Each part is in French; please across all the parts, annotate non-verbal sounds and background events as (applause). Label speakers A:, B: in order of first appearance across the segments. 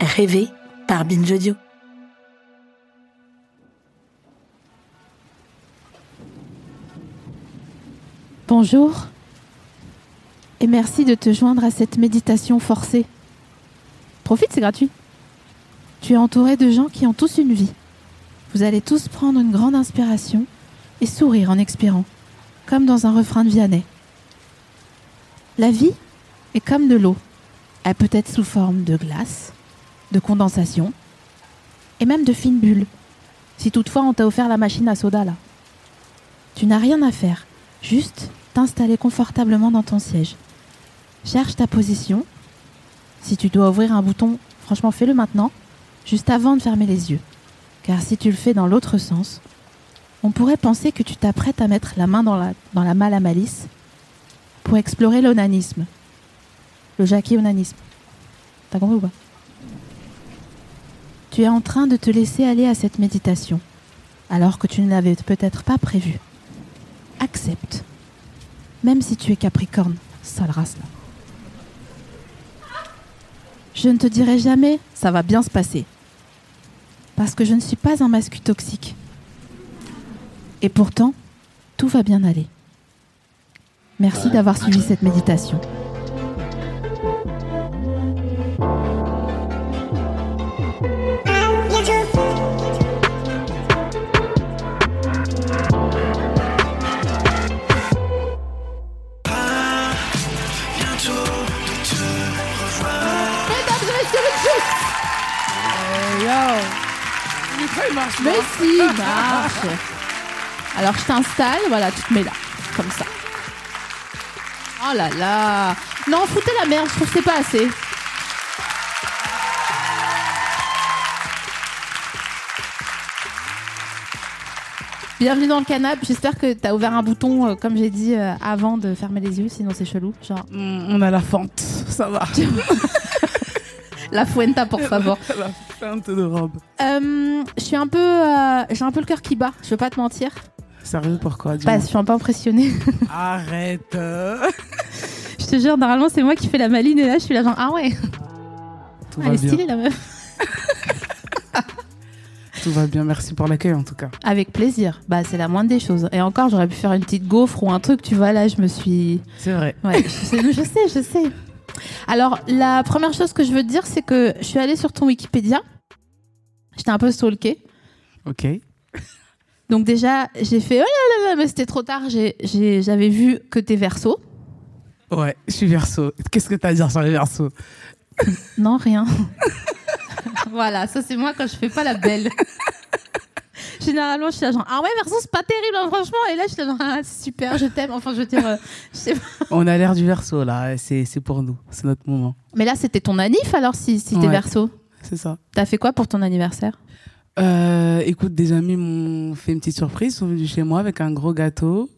A: Rêver par Binge Audio.
B: Bonjour et merci de te joindre à cette méditation forcée. Profite, c'est gratuit. Tu es entouré de gens qui ont tous une vie. Vous allez tous prendre une grande inspiration et sourire en expirant, comme dans un refrain de Vianney. La vie est comme de l'eau. Elle peut être sous forme de glace, de condensation et même de fines bulles. Si toutefois on t'a offert la machine à soda là. Tu n'as rien à faire, juste t'installer confortablement dans ton siège. Cherche ta position. Si tu dois ouvrir un bouton, franchement fais-le maintenant, juste avant de fermer les yeux. Car si tu le fais dans l'autre sens, on pourrait penser que tu t'apprêtes à mettre la main dans la, dans la malle à malice pour explorer l'onanisme. Le jacquet onanisme. T'as compris ou pas Tu es en train de te laisser aller à cette méditation, alors que tu ne l'avais peut-être pas prévu accepte. Même si tu es Capricorne, sale race là. Je ne te dirai jamais, ça va bien se passer. Parce que je ne suis pas un mascu toxique. Et pourtant, tout va bien aller. Merci d'avoir suivi cette méditation. Mais si, marche Alors je t'installe, voilà, tu te mets là, comme ça. Oh là là Non, foutez la merde, je trouve que c'est pas assez. Bienvenue dans le canapé, j'espère que t'as ouvert un bouton, euh, comme j'ai dit, euh, avant de fermer les yeux, sinon c'est chelou. Genre,
C: Hmm, On a la fente, ça va. (laughs)
B: la fuenta, pour favor.
C: la fente de robe.
B: Euh, je suis un peu... euh, j'ai un peu le cœur qui bat, je veux pas te mentir.
C: Sérieux, pourquoi dis-moi.
B: Bah, je suis un peu impressionnée. (laughs)
C: Arrête. euh.
B: Je te jure, normalement, c'est moi qui fais la maline et là, je suis là genre ah ouais,
C: Tout
B: elle
C: va
B: est
C: bien.
B: stylée la meuf.
C: Tout va bien. Merci pour l'accueil en tout cas.
B: Avec plaisir. Bah, c'est la moindre des choses. Et encore, j'aurais pu faire une petite gaufre ou un truc, tu vois. Là, je me suis.
C: C'est vrai.
B: Ouais, (laughs) je sais, je sais, je sais. Alors, la première chose que je veux te dire, c'est que je suis allée sur ton Wikipédia. J'étais un peu stalkée.
C: Ok.
B: Donc, déjà, j'ai fait oh là là là, mais c'était trop tard. J'ai- j'ai- J'avais vu que t'es verso.
C: Ouais, je suis verso. Qu'est-ce que t'as à dire sur les versos
B: Non, rien. (laughs) voilà, ça c'est moi quand je fais pas la (laughs) belle. Généralement, je suis là genre ah ouais, verso c'est pas terrible hein, franchement. Et là, je suis là genre ah c'est super, je t'aime. Enfin, je veux dire, euh, je sais pas.
C: On a l'air du verso là. C'est c'est pour nous. C'est notre moment.
B: Mais là, c'était ton anif alors si, si t'es
C: Ouais.
B: verso.
C: C'est ça.
B: T'as fait quoi pour ton anniversaire
C: Euh, écoute, des amis m'ont fait une petite surprise. Ils sont venus chez moi avec un gros gâteau.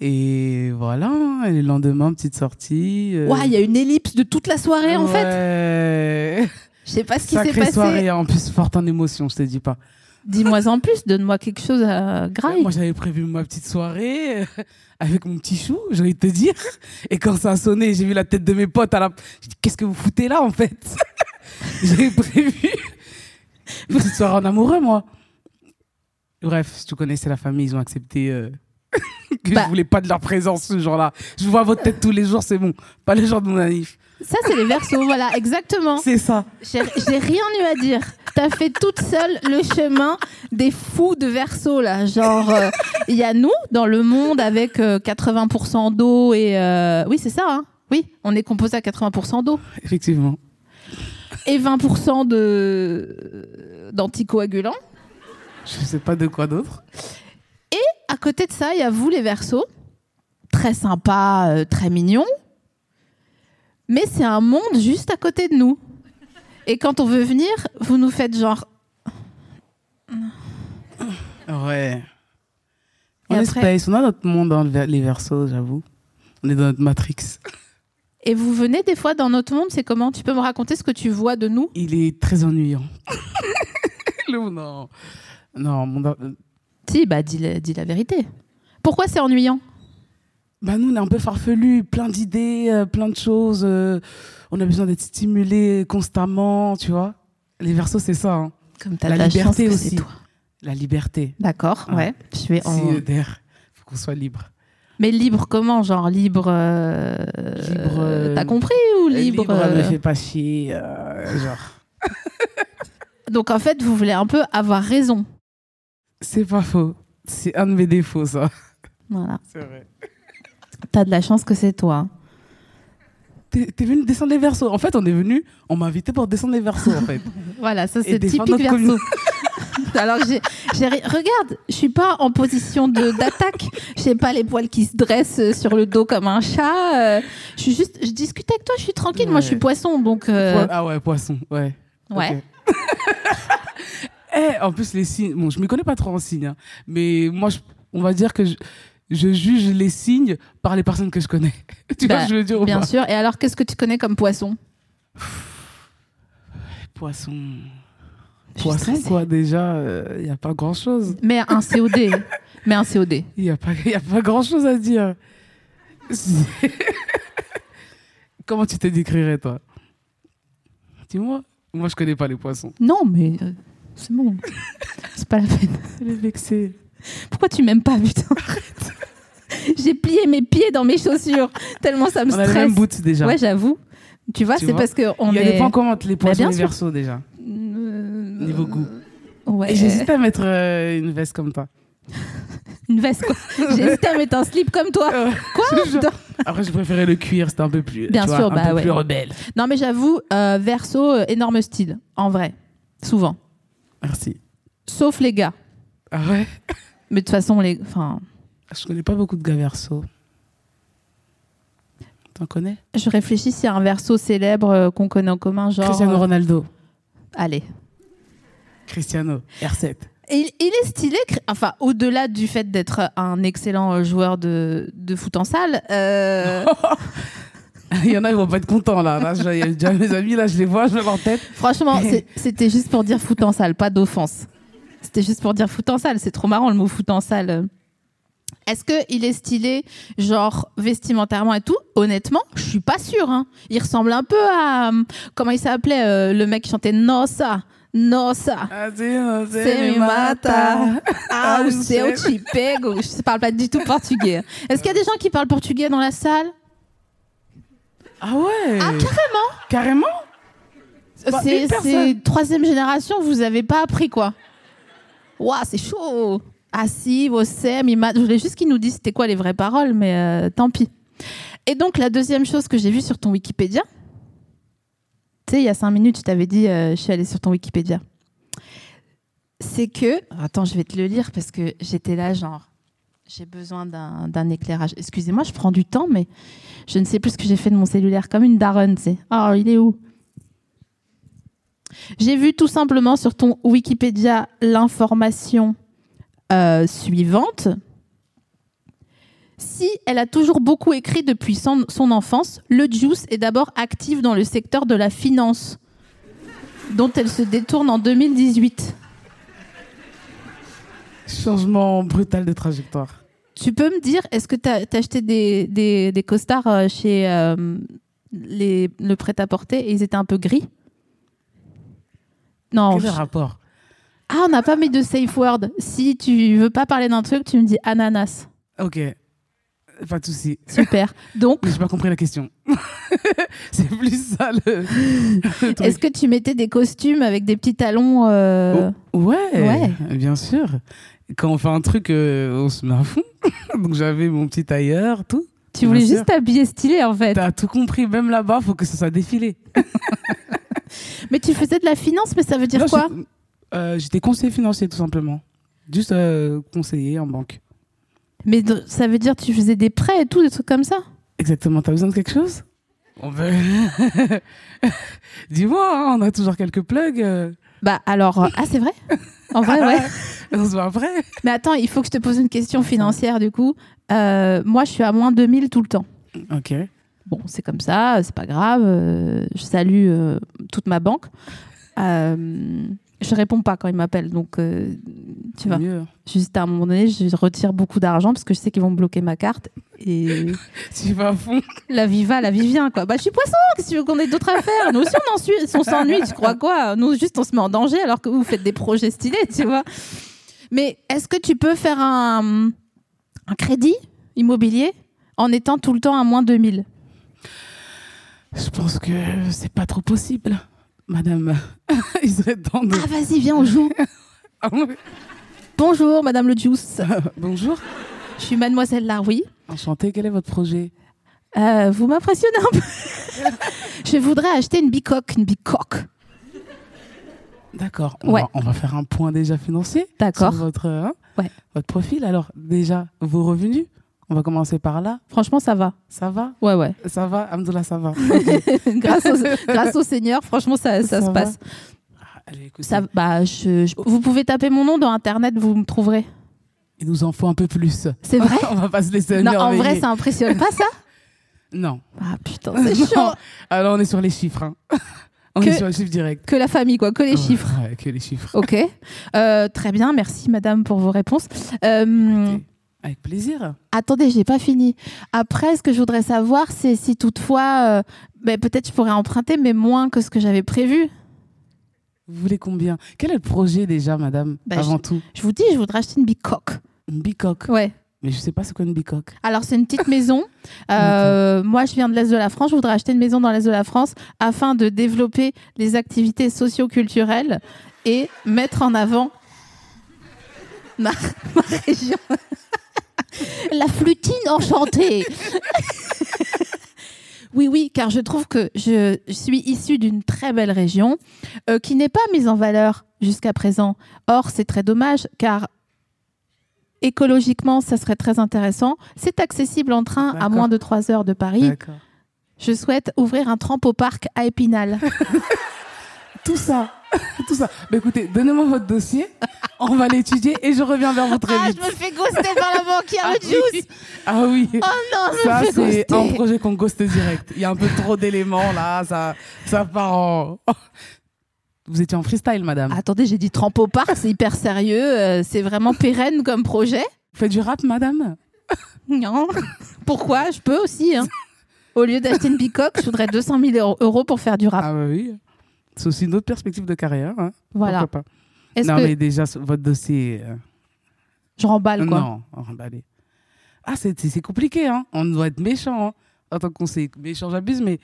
C: Et voilà. hein. Et le lendemain, petite sortie. euh,
B: Ouah, il y a une ellipse de toute la soirée en fait.
C: Ouais.
B: Je sais pas ce qui s'est
C: Sacrée
B: passé.
C: soirée, hein. en plus forte en émotion, je te dis pas.
B: Dis-moi en plus, donne-moi quelque chose à graille.
C: Moi, j'avais prévu ma petite soirée euh, avec mon petit chou, j'ai envie de te dire. Et quand ça a sonné, j'ai vu la tête de mes potes à la. J'ai dit, qu'est-ce que vous foutez là, en fait (laughs) J'avais prévu une petite soirée en amoureux, moi. Bref, si tu connaissais la famille, ils ont accepté euh, (laughs) que
B: Bah.
C: je voulais pas de leur présence ce jour-là. Je vois votre tête tous les jours, c'est bon. Pas le jour de mon anif.
B: Ça c'est les versos, voilà,
C: (laughs)
B: exactement.
C: C'est ça.
B: J'ai j'ai rien eu à dire. T'as fait toute seule le chemin des fous de verso là. Genre, euh, il y a nous dans le monde avec euh, 80% d'eau et euh, oui c'est ça. hein. oui, on est composé à 80% d'eau
C: Effectivement.
B: et 20% de euh, d'anticoagulants.
C: Je sais pas de quoi d'autre.
B: À côté de ça, il y a vous les versos très sympa, euh, très mignon, mais c'est un monde juste à côté de nous. Et quand on veut venir, vous nous faites genre
C: Ouais.
B: Et
C: On est
B: après-
C: space, on a notre monde dans le ver- les versos, j'avoue. On est dans notre matrix.
B: Et vous venez des fois dans notre monde, c'est comment Tu peux me raconter ce que tu vois de nous
C: Il est très
B: (laughs)
C: ennuyant. Lou, non. Non, mon dar-
B: Si, bah dis, la- dis la vérité. Pourquoi c'est ennuyant
C: bah nous, on est un peu farfelus, plein d'idées, euh, plein de choses. euh, on a besoin d'être stimulés constamment, tu vois. Les versos, c'est ça. hein.
B: Comme t'as
C: La
B: de la chance
C: liberté
B: que
C: aussi.
B: c'est toi.
C: La liberté.
B: D'accord,
C: Ah.
B: ouais. Je vais en-
C: Si, euh, d'air, faut qu'on soit libre.
B: Mais libre comment Genre libre. euh,
C: Libre, euh,
B: T'as compris ou libre,
C: ne
B: euh,
C: fait pas chier. euh, genre.
B: Donc en fait, vous voulez un peu avoir raison.
C: C'est pas faux. C'est un de mes défauts, ça.
B: Voilà.
C: C'est vrai.
B: T'as de la chance que c'est toi.
C: T'es t'es venu descendre les versos. En fait, on est venu, on m'a invité pour descendre les versos, en fait.
B: Voilà, ça
C: Et
B: c'est
C: défendre
B: typique
C: notre
B: verso. (laughs) Alors j'ai, j'ai ri- regarde, je suis pas en position de d'attaque. J'ai pas les poils qui se dressent euh, sur le dos comme un chat. euh, je suis juste, je discute avec toi, je suis tranquille. Moi, je suis
C: Ouais.
B: poisson, donc (laughs) euh,
C: Po- Ah ouais, poisson, ouais.
B: ouais.
C: Ok. (laughs) Eh, en plus, les signes, bon, je m'y connais pas trop en signes, hein, mais moi, je- on va dire que je, je juge les signes par les personnes que je connais. (laughs) tu vois
B: Bah,
C: ce que je veux dire ou
B: Bien
C: pas
B: sûr. Et alors, qu'est-ce que tu connais comme poisson
C: Poisson.
B: Je suis
C: Poisson,
B: stressée.
C: quoi, déjà, il n'y a pas grand chose.
B: Mais un COD, mais un COD.
C: Il n'y a, pas- (laughs) y a pas grand chose à dire. (laughs) C'est- Comment tu te décrirais, toi Dis-moi. Moi, je connais pas les poissons.
B: Non, mais euh, c'est bon. C'est pas la peine.
C: Elle est vexée.
B: Pourquoi tu m'aimes pas, putain Arrête. J'ai plié mes pieds dans mes chaussures tellement ça me
C: On a
B: stresse.
C: les mêmes boots déjà.
B: Ouais, j'avoue. Tu vois,
C: Tu
B: c'est
C: vois
B: parce que on
C: Il y a
B: est.
C: des points communs entre les poissons
B: Bah, bien
C: et les
B: sûr.
C: versos déjà,
B: Euh,
C: niveau goût.
B: Ouais. (laughs)
C: Et J'hésite à mettre euh, une veste comme toi.
B: Une veste,
C: (laughs)
B: quoi. (laughs) J'hésite à mettre un slip comme toi. Quoi
C: je jure. Après, je préférais le cuir, c'était un peu plus,
B: Bien
C: tu vois,
B: sûr,
C: un
B: bah
C: peu
B: ouais.
C: plus rebelle.
B: (laughs) Non, mais j'avoue, euh, verso, euh, énorme style, en vrai. Souvent.
C: Merci.
B: Sauf les gars.
C: Ah ouais Ah,
B: Mais de toute façon, les. Enfin,
C: Je connais pas beaucoup de gars versos. T'en connais
B: je réfléchis s'il y a un verso célèbre euh, qu'on connaît en commun, genre.
C: Cristiano
B: euh,
C: Ronaldo.
B: Allez.
C: Cristiano, R7.
B: Et il, il est stylé, Cri- enfin, au-delà du fait d'être un excellent euh, joueur de, de foot en salle, euh,
C: (laughs) Il y en a, ils vont pas être contents là. Là, je- il y a déjà mes amis, là, je les vois, je vais leur tête.
B: (laughs) franchement, c'est- c'était juste pour dire foot en salle, pas d'offense. C'était juste pour dire foot en salle, c'est trop marrant le mot foot en salle. Est-ce qu'il est stylé, genre vestimentairement et tout Honnêtement, je suis pas sûre. hein. Il ressemble un peu à. euh, Comment il s'appelait euh, Le mec qui chantait Nossa, Nossa.
C: Ah,
B: C'est mi mata. Ah, o seu te pego. Je ne parle pas du tout portugais. Est-ce qu'il y a des gens qui parlent portugais dans la salle
C: Ah ouais.
B: Ah, carrément
C: Carrément Pas
B: C'est
C: Bah, une personne.
B: c'est troisième génération, vous avez pas appris quoi Waouh, c'est chaud Ah si, você, mima... Je voulais juste qu'ils nous disent c'était quoi les vraies paroles, mais euh, tant pis. Et donc, la deuxième chose que j'ai vue sur ton Wikipédia, tu sais, il y a cinq minutes, je t'avais dit, euh, je suis allée sur ton Wikipédia, c'est que... Attends, je vais te le lire parce que j'étais là genre... J'ai besoin d'un d'un éclairage. Excusez-moi, je prends du temps, mais je ne sais plus ce que j'ai fait de mon cellulaire, comme une daronne, tu sais. Oh, il est où j'ai vu tout simplement sur ton Wikipédia l'information euh, suivante. Si elle a toujours beaucoup écrit depuis son, son enfance, le Juice est d'abord active dans le secteur de la finance, dont elle se détourne en 2018.
C: Changement brutal de trajectoire.
B: Tu peux me dire, est-ce que tu as, acheté des, des- des costards euh, chez euh, les- le prêt-à-porter et ils étaient un peu gris Non,
C: Quel est
B: je-
C: le rapport
B: Ah, on n'a pas mis de safe word. Si tu veux pas parler d'un truc, tu me dis ananas.
C: Ok. Pas de souci.
B: Super. (laughs) Donc,
C: Mais J'ai pas compris la question. (laughs) c'est plus ça le. le truc.
B: est-ce que tu mettais des costumes avec des petits talons
C: Oh,
B: euh,
C: Ouais,
B: Ouais.
C: bien sûr. Quand on fait un truc, euh, on se met à fond. (laughs) Donc j'avais mon petit tailleur, tout.
B: Tu voulais
C: bien sûr.
B: juste t'habiller stylé en fait.
C: T'as tout compris, même là-bas, faut que ça soit défilé.
B: Mais tu faisais de la finance, mais ça veut dire
C: Non,
B: quoi
C: j'ai- euh, J'étais conseiller financier, tout simplement. Juste euh, conseiller en banque.
B: Mais do- ça veut dire que tu faisais des prêts et tout, des trucs comme ça
C: Exactement, t'as besoin de quelque chose On veut. (laughs) Dis-moi, hein, on a toujours quelques plugs. euh,
B: Bah alors, euh, ah c'est vrai En vrai,
C: Ah,
B: ouais.
C: On se voit après.
B: Mais attends, il faut que je te pose une question financière du coup. Euh, moi, je suis à moins 2000 tout le temps.
C: Ok.
B: Bon, c'est comme ça, c'est pas grave. euh, je salue euh, toute ma banque. Euh, je réponds pas quand ils m'appellent, donc euh, tu vois.
C: Mieux.
B: Juste à un moment donné, je retire beaucoup d'argent parce que je sais qu'ils vont me bloquer ma carte. Et
C: Tu vas à fond.
B: la vie va, la vie vient, quoi. Bah, je suis poisson, qu'est-ce que tu veux qu'on ait d'autres à faire Nous aussi, on en suit- on s'ennuie, tu crois quoi Nous, juste, on se met en danger alors que vous faites des projets stylés, tu vois. Mais est-ce que tu peux faire un, un crédit immobilier en étant tout le temps à moins 2000
C: Je pense que c'est pas trop possible, madame. (laughs) Il serait temps de.
B: Ah, vas-y, viens, on joue.
C: Ah
B: Bonjour, madame le Juice.
C: Bonjour.
B: Je suis mademoiselle Laroui.
C: Enchanté, quel est votre projet
B: Euh, vous m'impressionnez un peu. je voudrais acheter une bicoque, une bicoque.
C: D'accord. On,
B: Ouais.
C: va, on va faire un point déjà financier.
B: D'accord.
C: Sur votre, euh, hein,
B: Ouais.
C: votre profil. Alors, déjà, vos revenus. On va commencer par là.
B: Franchement, ça va.
C: Ça va
B: Ouais, ouais.
C: Ça va Amdoula, ça va. Ok.
B: (laughs) grâce, au, grâce au Seigneur, franchement, ça, ça
C: Ça
B: se
C: va.
B: passe.
C: Ah, allez, écoutez,
B: Ça, bah, je- je- vous pouvez taper mon nom dans Internet, vous me trouverez.
C: Il nous en faut un peu plus.
B: (laughs) C'est vrai
C: (laughs) on va pas se laisser
B: Non, en
C: émerveiller.
B: vrai, ça impressionne pas ça
C: Non.
B: (laughs) Ah putain, c'est
C: (laughs) Non.
B: chiant
C: Alors, on est sur les chiffres. hein. (laughs) on
B: Que-
C: est sur les chiffres directs.
B: Que la famille, quoi, que les
C: Ah Ouais,
B: chiffres.
C: ouais, que les chiffres.
B: Ok. Euh, très bien, merci madame pour vos réponses. Euh,
C: Ok. Avec plaisir.
B: Attendez, j'ai pas fini. Après, ce que je voudrais savoir, c'est si toutefois, euh, ben, peut-être je pourrais emprunter, mais moins que ce que j'avais prévu.
C: Vous voulez combien Quel est le projet déjà, madame
B: Bah,
C: Avant tout,
B: Je vous dis, je voudrais acheter une bicoque.
C: une bicoque.
B: Ouais.
C: Mais je sais pas c'est quoi une bicoque.
B: Alors, c'est une petite maison. Euh, moi, je viens de l'Est de la France. Je voudrais acheter une maison dans l'Est de la France afin de développer les activités socio-culturelles et mettre en avant ma, (laughs) ma région. la flutine enchantée. Oui, oui, car je trouve que je suis issue d'une très belle région euh, qui n'est pas mise en valeur jusqu'à présent. Or, c'est très dommage, car écologiquement, ça serait très intéressant. C'est accessible en train à
C: D'accord.
B: moins de 3 heures de Paris.
C: D'accord.
B: Je souhaite ouvrir un tramp au parc à Épinal.
C: Tout ça. (laughs) Tout ça. Bah, écoutez, donnez-moi votre dossier.
B: (laughs)
C: On va l'étudier et je reviens vers vous très
B: ah,
C: vite.
B: je
C: Ah,
B: me fais ghoster par la banquière, le
C: oui.
B: juice
C: Ah oui.
B: Oh non, je
C: ça,
B: me fais
C: c'est un
B: ghoster
C: projet qu'on ghoste direct. Il y a un peu trop d'éléments là. Ça, ça part en. (laughs) Vous étiez en freestyle, madame.
B: Attendez, j'ai dit tramp au parc, c'est hyper sérieux, euh, c'est vraiment pérenne comme projet.
C: Vous faites du rap, madame
B: Non.
C: (laughs)
B: Pourquoi Je peux aussi. hein. Au lieu d'acheter une bicoque, je voudrais 200 000 euro- euros pour faire du rap.
C: Ah bah oui. C'est aussi une autre perspective de carrière. hein.
B: voilà.
C: Pourquoi pas
B: Est-ce
C: Non,
B: que
C: mais déjà, ce- votre dossier. euh,
B: je remballe quoi
C: Non, on remballait. Ah, c'est c'est- c'est compliqué, hein. On doit être méchant. hein. En tant qu'on sait méchant, j'abuse, mais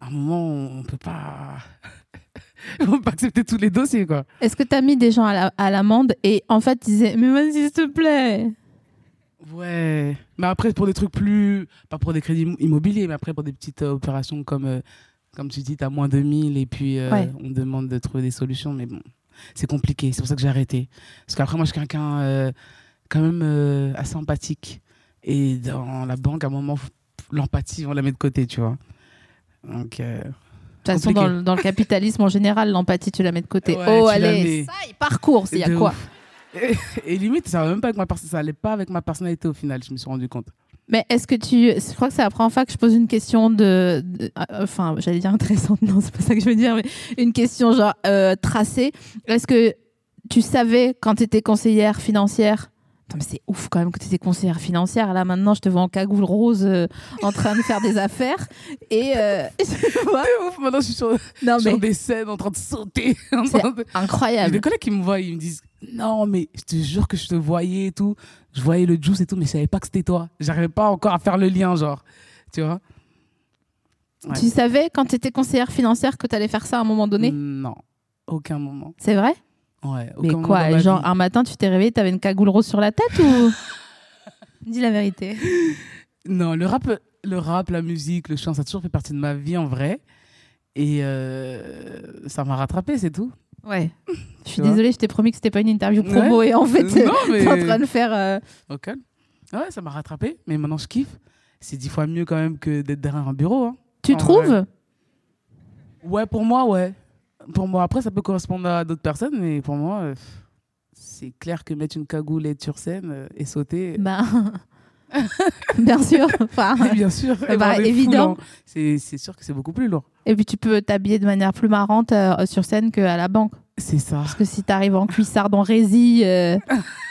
C: à un moment, on peut pas. (laughs) on peut pas accepter tous les dossiers, quoi.
B: Est-ce que t'as mis des gens à la- à l'amende et en fait ils disaient mais vas-y s'il te plaît
C: Ouais. Mais après, pour des trucs plus. Pas pour des crédits immo- immobiliers, mais après, pour des petites euh, opérations comme, euh, comme tu dis, t'as moins de 1000 et puis euh,
B: Ouais.
C: on demande de trouver des solutions. Mais bon, c'est compliqué. C'est pour ça que j'ai arrêté. Parce qu'après, moi, je suis quelqu'un euh, quand même euh, assez empathique. Et dans la banque, à un moment, faut- l'empathie, on la met de côté, tu vois. Donc. euh,
B: De toute façon dans
C: Compliqué.
B: le, dans le capitalisme en général l'empathie tu la mets de côté.
C: Ouais,
B: oh
C: tu la
B: allez,
C: mets.
B: ça y parcours, il y a
C: de
B: quoi
C: ouf. et, et limite, ça va même pas avec ma perso- ça allait pas avec ma personnalité au final, je me suis rendu compte.
B: Mais est-ce que tu. Je crois que c'est la première fois que je pose une question de. de- ah, Enfin, j'allais dire intéressante, (laughs) non, c'est pas ça que je veux dire, mais une question genre euh, tracée. Est-ce que tu savais quand tu étais conseillère financière Putain, mais c'est ouf quand même que tu étais conseillère financière. Là, maintenant, je te vois en cagoule rose euh, en train de faire des affaires. Et. euh, tu vois
C: Et ouf, maintenant, je suis sur,
B: non,
C: sur
B: mais.
C: des scènes en train de sauter. (laughs) en
B: C'est
C: train de- J'ai
B: incroyable.
C: des collègues qui me voient, ils me disent Non, mais je te jure que je te voyais et tout. Je voyais le juice et tout, mais je savais pas que c'était toi. J'arrivais pas encore à faire le lien, genre. Tu vois Ouais.
B: Tu savais quand tu étais conseillère financière que tu allais faire ça à un moment donné
C: Non, aucun moment.
B: C'est vrai
C: Ouais, aucun
B: Mais
C: moment dans
B: quoi
C: ma
B: Genre
C: vie.
B: un matin, tu t'es réveillé, t'avais une cagoule rose sur la tête
C: (laughs)
B: ou Dis la vérité.
C: Non, le rap, le rap, la musique, le chant, ça a toujours fait partie de ma vie en vrai. Et euh, ça m'a rattrapé, c'est tout.
B: Ouais. Je suis
C: vois
B: désolée, je t'ai promis que c'était pas une interview promo et en fait,
C: Euh, Non,
B: (laughs) t'es en
C: mais-
B: train de faire. euh,
C: Au calme. Ouais, ça m'a rattrapé, mais maintenant je kiffe. C'est dix fois mieux quand même que d'être derrière un bureau. hein.
B: Tu
C: En
B: trouves
C: vrai. Ouais, pour moi, ouais. Pour moi, après, ça peut correspondre à d'autres personnes, mais pour moi, euh, c'est clair que mettre une cagoule et être sur scène euh, et sauter.
B: Bah. (laughs) Bien sûr. Enfin,
C: (laughs) Oui, bien sûr.
B: Bah,
C: Et voir des foules,
B: évident.
C: hein. C'est c'est sûr que c'est beaucoup plus lourd.
B: et puis tu peux t'habiller de manière plus marrante euh, sur scène qu'à la banque.
C: C'est ça.
B: Parce que si t'arrives en cuissard dans Rési euh,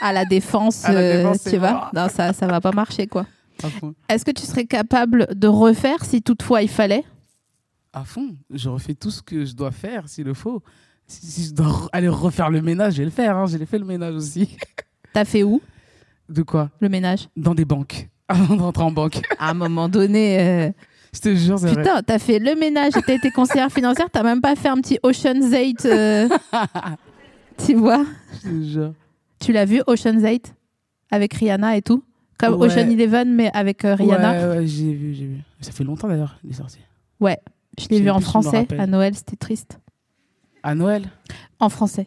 B: à la défense,
C: À la
B: euh,
C: Défense,
B: tu
C: c'est
B: vois,
C: mort.
B: non, ça, ça va pas marcher
C: (laughs)
B: quoi.
C: À fond.
B: Est-ce que tu serais capable de refaire si toutefois il fallait
C: À fond. Je refais tout ce que je dois faire s'il le faut. Si, si je dois re- aller refaire le ménage, je vais le faire. hein. J'ai fait le ménage aussi. (laughs)
B: T'as fait où
C: De quoi
B: le ménage
C: Dans des banques. (laughs) Avant de rentrer en banque.
B: À un moment donné, euh,
C: Je te jure, c'est vrai.
B: putain, t'as fait le ménage, et t'as été conseillère financière, t'as même pas fait un petit Ocean's 8
C: (laughs)
B: tu vois
C: Je te jure.
B: Tu l'as vu Ocean's 8 avec Rihanna et tout Comme
C: Ouais.
B: Ocean Eleven mais avec euh, Rihanna.
C: Ouais, ouais, j'ai vu, j'ai vu. Ça fait longtemps d'ailleurs, il est sorti.
B: Je l'ai
C: Je
B: vu
C: sais
B: en
C: plus, je me
B: français
C: rappelle.
B: à Noël, c'était triste.
C: À Noël.
B: En français.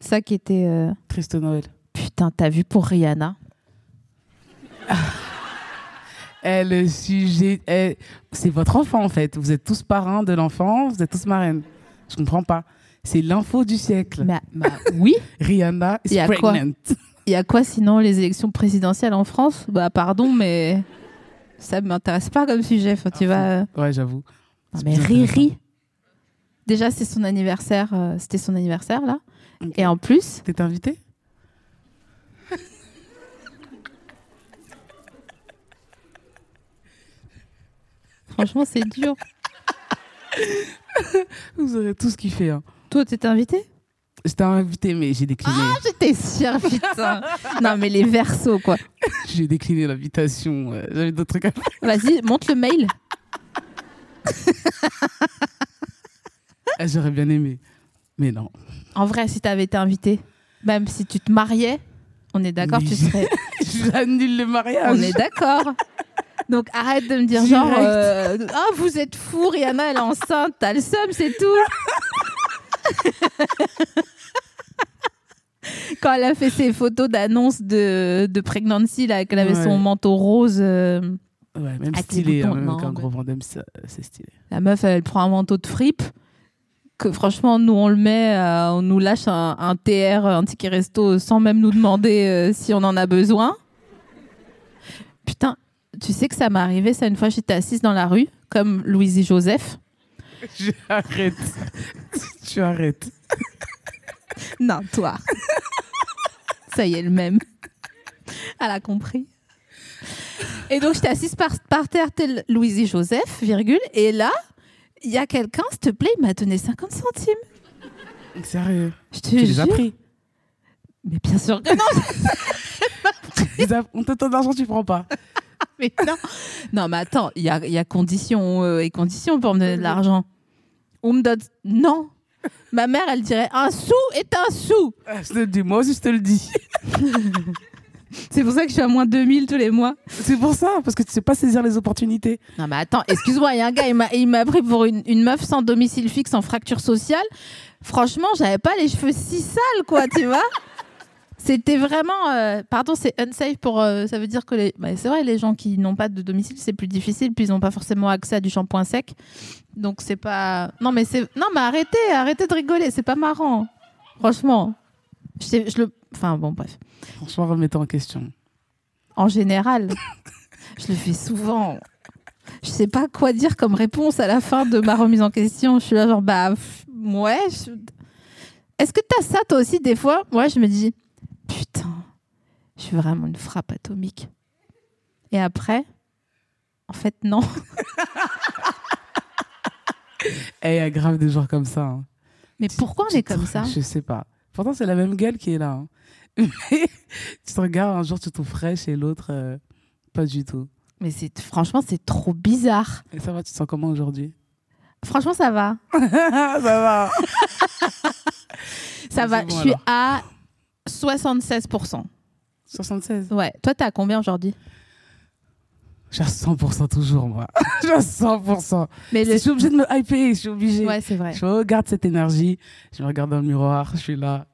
B: Ça qui était euh,
C: Triste Noël.
B: putain, t'as vu pour Rihanna
C: Eh, le sujet. eh, c'est votre enfant, en fait. Vous êtes tous parrains de l'enfant, vous êtes tous marraines. Je comprends pas. C'est l'info du siècle.
B: Bah, bah, oui.
C: Rihanna is
B: Y a quoi
C: pregnant.
B: Il y a quoi sinon les élections présidentielles en France Bah pardon mais ça m'intéresse pas comme sujet, Enfin, tu
C: Ah,
B: vas
C: Ouais, j'avoue.
B: Non,
C: C'est
B: Ah, mais
C: plus
B: Riri. Déjà, c'est son anniversaire. euh, C'était son anniversaire, là.
C: Ok.
B: Et en plus,
C: T'es invité
B: franchement, c'est dur.
C: Vous aurez tout ce qu'il fait. Hein.
B: Toi, t'es invité
C: J'étais invité, mais j'ai décliné.
B: Ah, J'étais sûre, putain. non, mais les versos, quoi.
C: j'ai décliné l'invitation. euh, J'avais d'autres trucs à faire.
B: Vas-y, monte le mail.
C: Ah, J'aurais bien aimé.
B: (laughs)
C: Mais non.
B: En vrai, si t'avais été invité, même si tu te mariais, on est d'accord,
C: Oui.
B: tu serais.
C: J'annule le mariage.
B: On est d'accord. Donc arrête de me dire
C: Direct.
B: genre euh, ah vous êtes fou Rihanna elle est enceinte t'as le seum c'est tout. Quand elle a fait ses photos d'annonce de, de pregnancy là qu'elle avait
C: Ouais.
B: son manteau rose euh,
C: Ouais, même
B: Ah, tes
C: stylé. hein,
B: boutons,
C: même
B: non,
C: qu'un
B: mais-
C: gros Vendôme, ça, c'est stylé. (laughs)
B: la meuf elle prend un manteau de fripe que franchement nous on le met euh, on nous lâche un, un TR un ticket resto sans même nous demander euh, si on en a besoin. Putain tu sais que ça m'est arrivé ça une fois j'étais assise dans la rue comme Louise et Joseph.
C: J'arrête. tu arrêtes.
B: Non, toi. (laughs) Ça y est, le même. Elle a compris. Et donc, j'étais assise par, par terre, telle Louise et Joseph, virgule. Et là, il y a quelqu'un, s'il te plaît, il m'a donné 50 centimes.
C: Sérieux.
B: Je te
C: Tu les as
B: jure.
C: pris.
B: Mais bien sûr que non,
C: (laughs) Les aff- On te donne d'argent, tu prends pas.
B: mais non. Non, mais attends, il y a, il y a conditions euh, et conditions pour me donner de l'argent. On me donne. Non. Ma mère, elle dirait un sou est un sou.
C: (laughs) Ah, Je te le dis, moi aussi je te le dis.
B: C'est pour ça que je suis à moins 2000 tous les mois.
C: (laughs) C'est pour ça, parce que tu sais pas saisir les opportunités.
B: Non mais attends, excuse-moi, il y a un gars, il m'a- il m'a pris pour une, une meuf sans domicile fixe, en fracture sociale. Franchement, j'avais pas les cheveux si sales, quoi, tu vois C'était vraiment... euh, pardon, c'est unsafe pour... euh, ça veut dire que les... bah, c'est vrai, les gens qui n'ont pas de domicile, c'est plus difficile, puis ils n'ont pas forcément accès à du shampoing sec. Donc c'est pas... Non mais c'est... Non mais arrêtez, arrêtez de rigoler, c'est pas marrant. Franchement. Je, sais- je le... Enfin bon, bref.
C: Franchement, remettons en question.
B: En général. je le fais souvent. Je sais pas quoi dire comme réponse à la fin de ma remise en question. Je suis là genre bah pff, ouais. je- Est-ce que t'as ça toi aussi des fois Moi je me dis putain, je suis vraiment une frappe atomique. Et après, en fait non. (laughs)
C: Eh, il y a grave des joueurs comme ça. hein.
B: Mais pourquoi on est comme ça
C: Je sais pas. Pourtant, c'est la même gueule qui est là. hein. (laughs) Mais tu te regardes, un jour tu te trouves fraîche et l'autre, euh, pas du tout.
B: Mais c'est franchement c'est trop bizarre.
C: Et ça va, tu te sens comment aujourd'hui (laughs)
B: Franchement ça va,
C: Ça va.
B: ça
C: C'est
B: va.
C: bon,
B: je suis
C: alors.
B: à 76
C: 76.
B: Ouais. Toi t'es à combien aujourd'hui
C: Je Je suis à 100% toujours, moi. (laughs) Je suis à 100%.
B: Mais
C: Je suis obligée de me hyper, je suis obligée.
B: Ouais, c'est vrai.
C: Je regarde cette énergie, je me regarde dans le miroir, je suis là.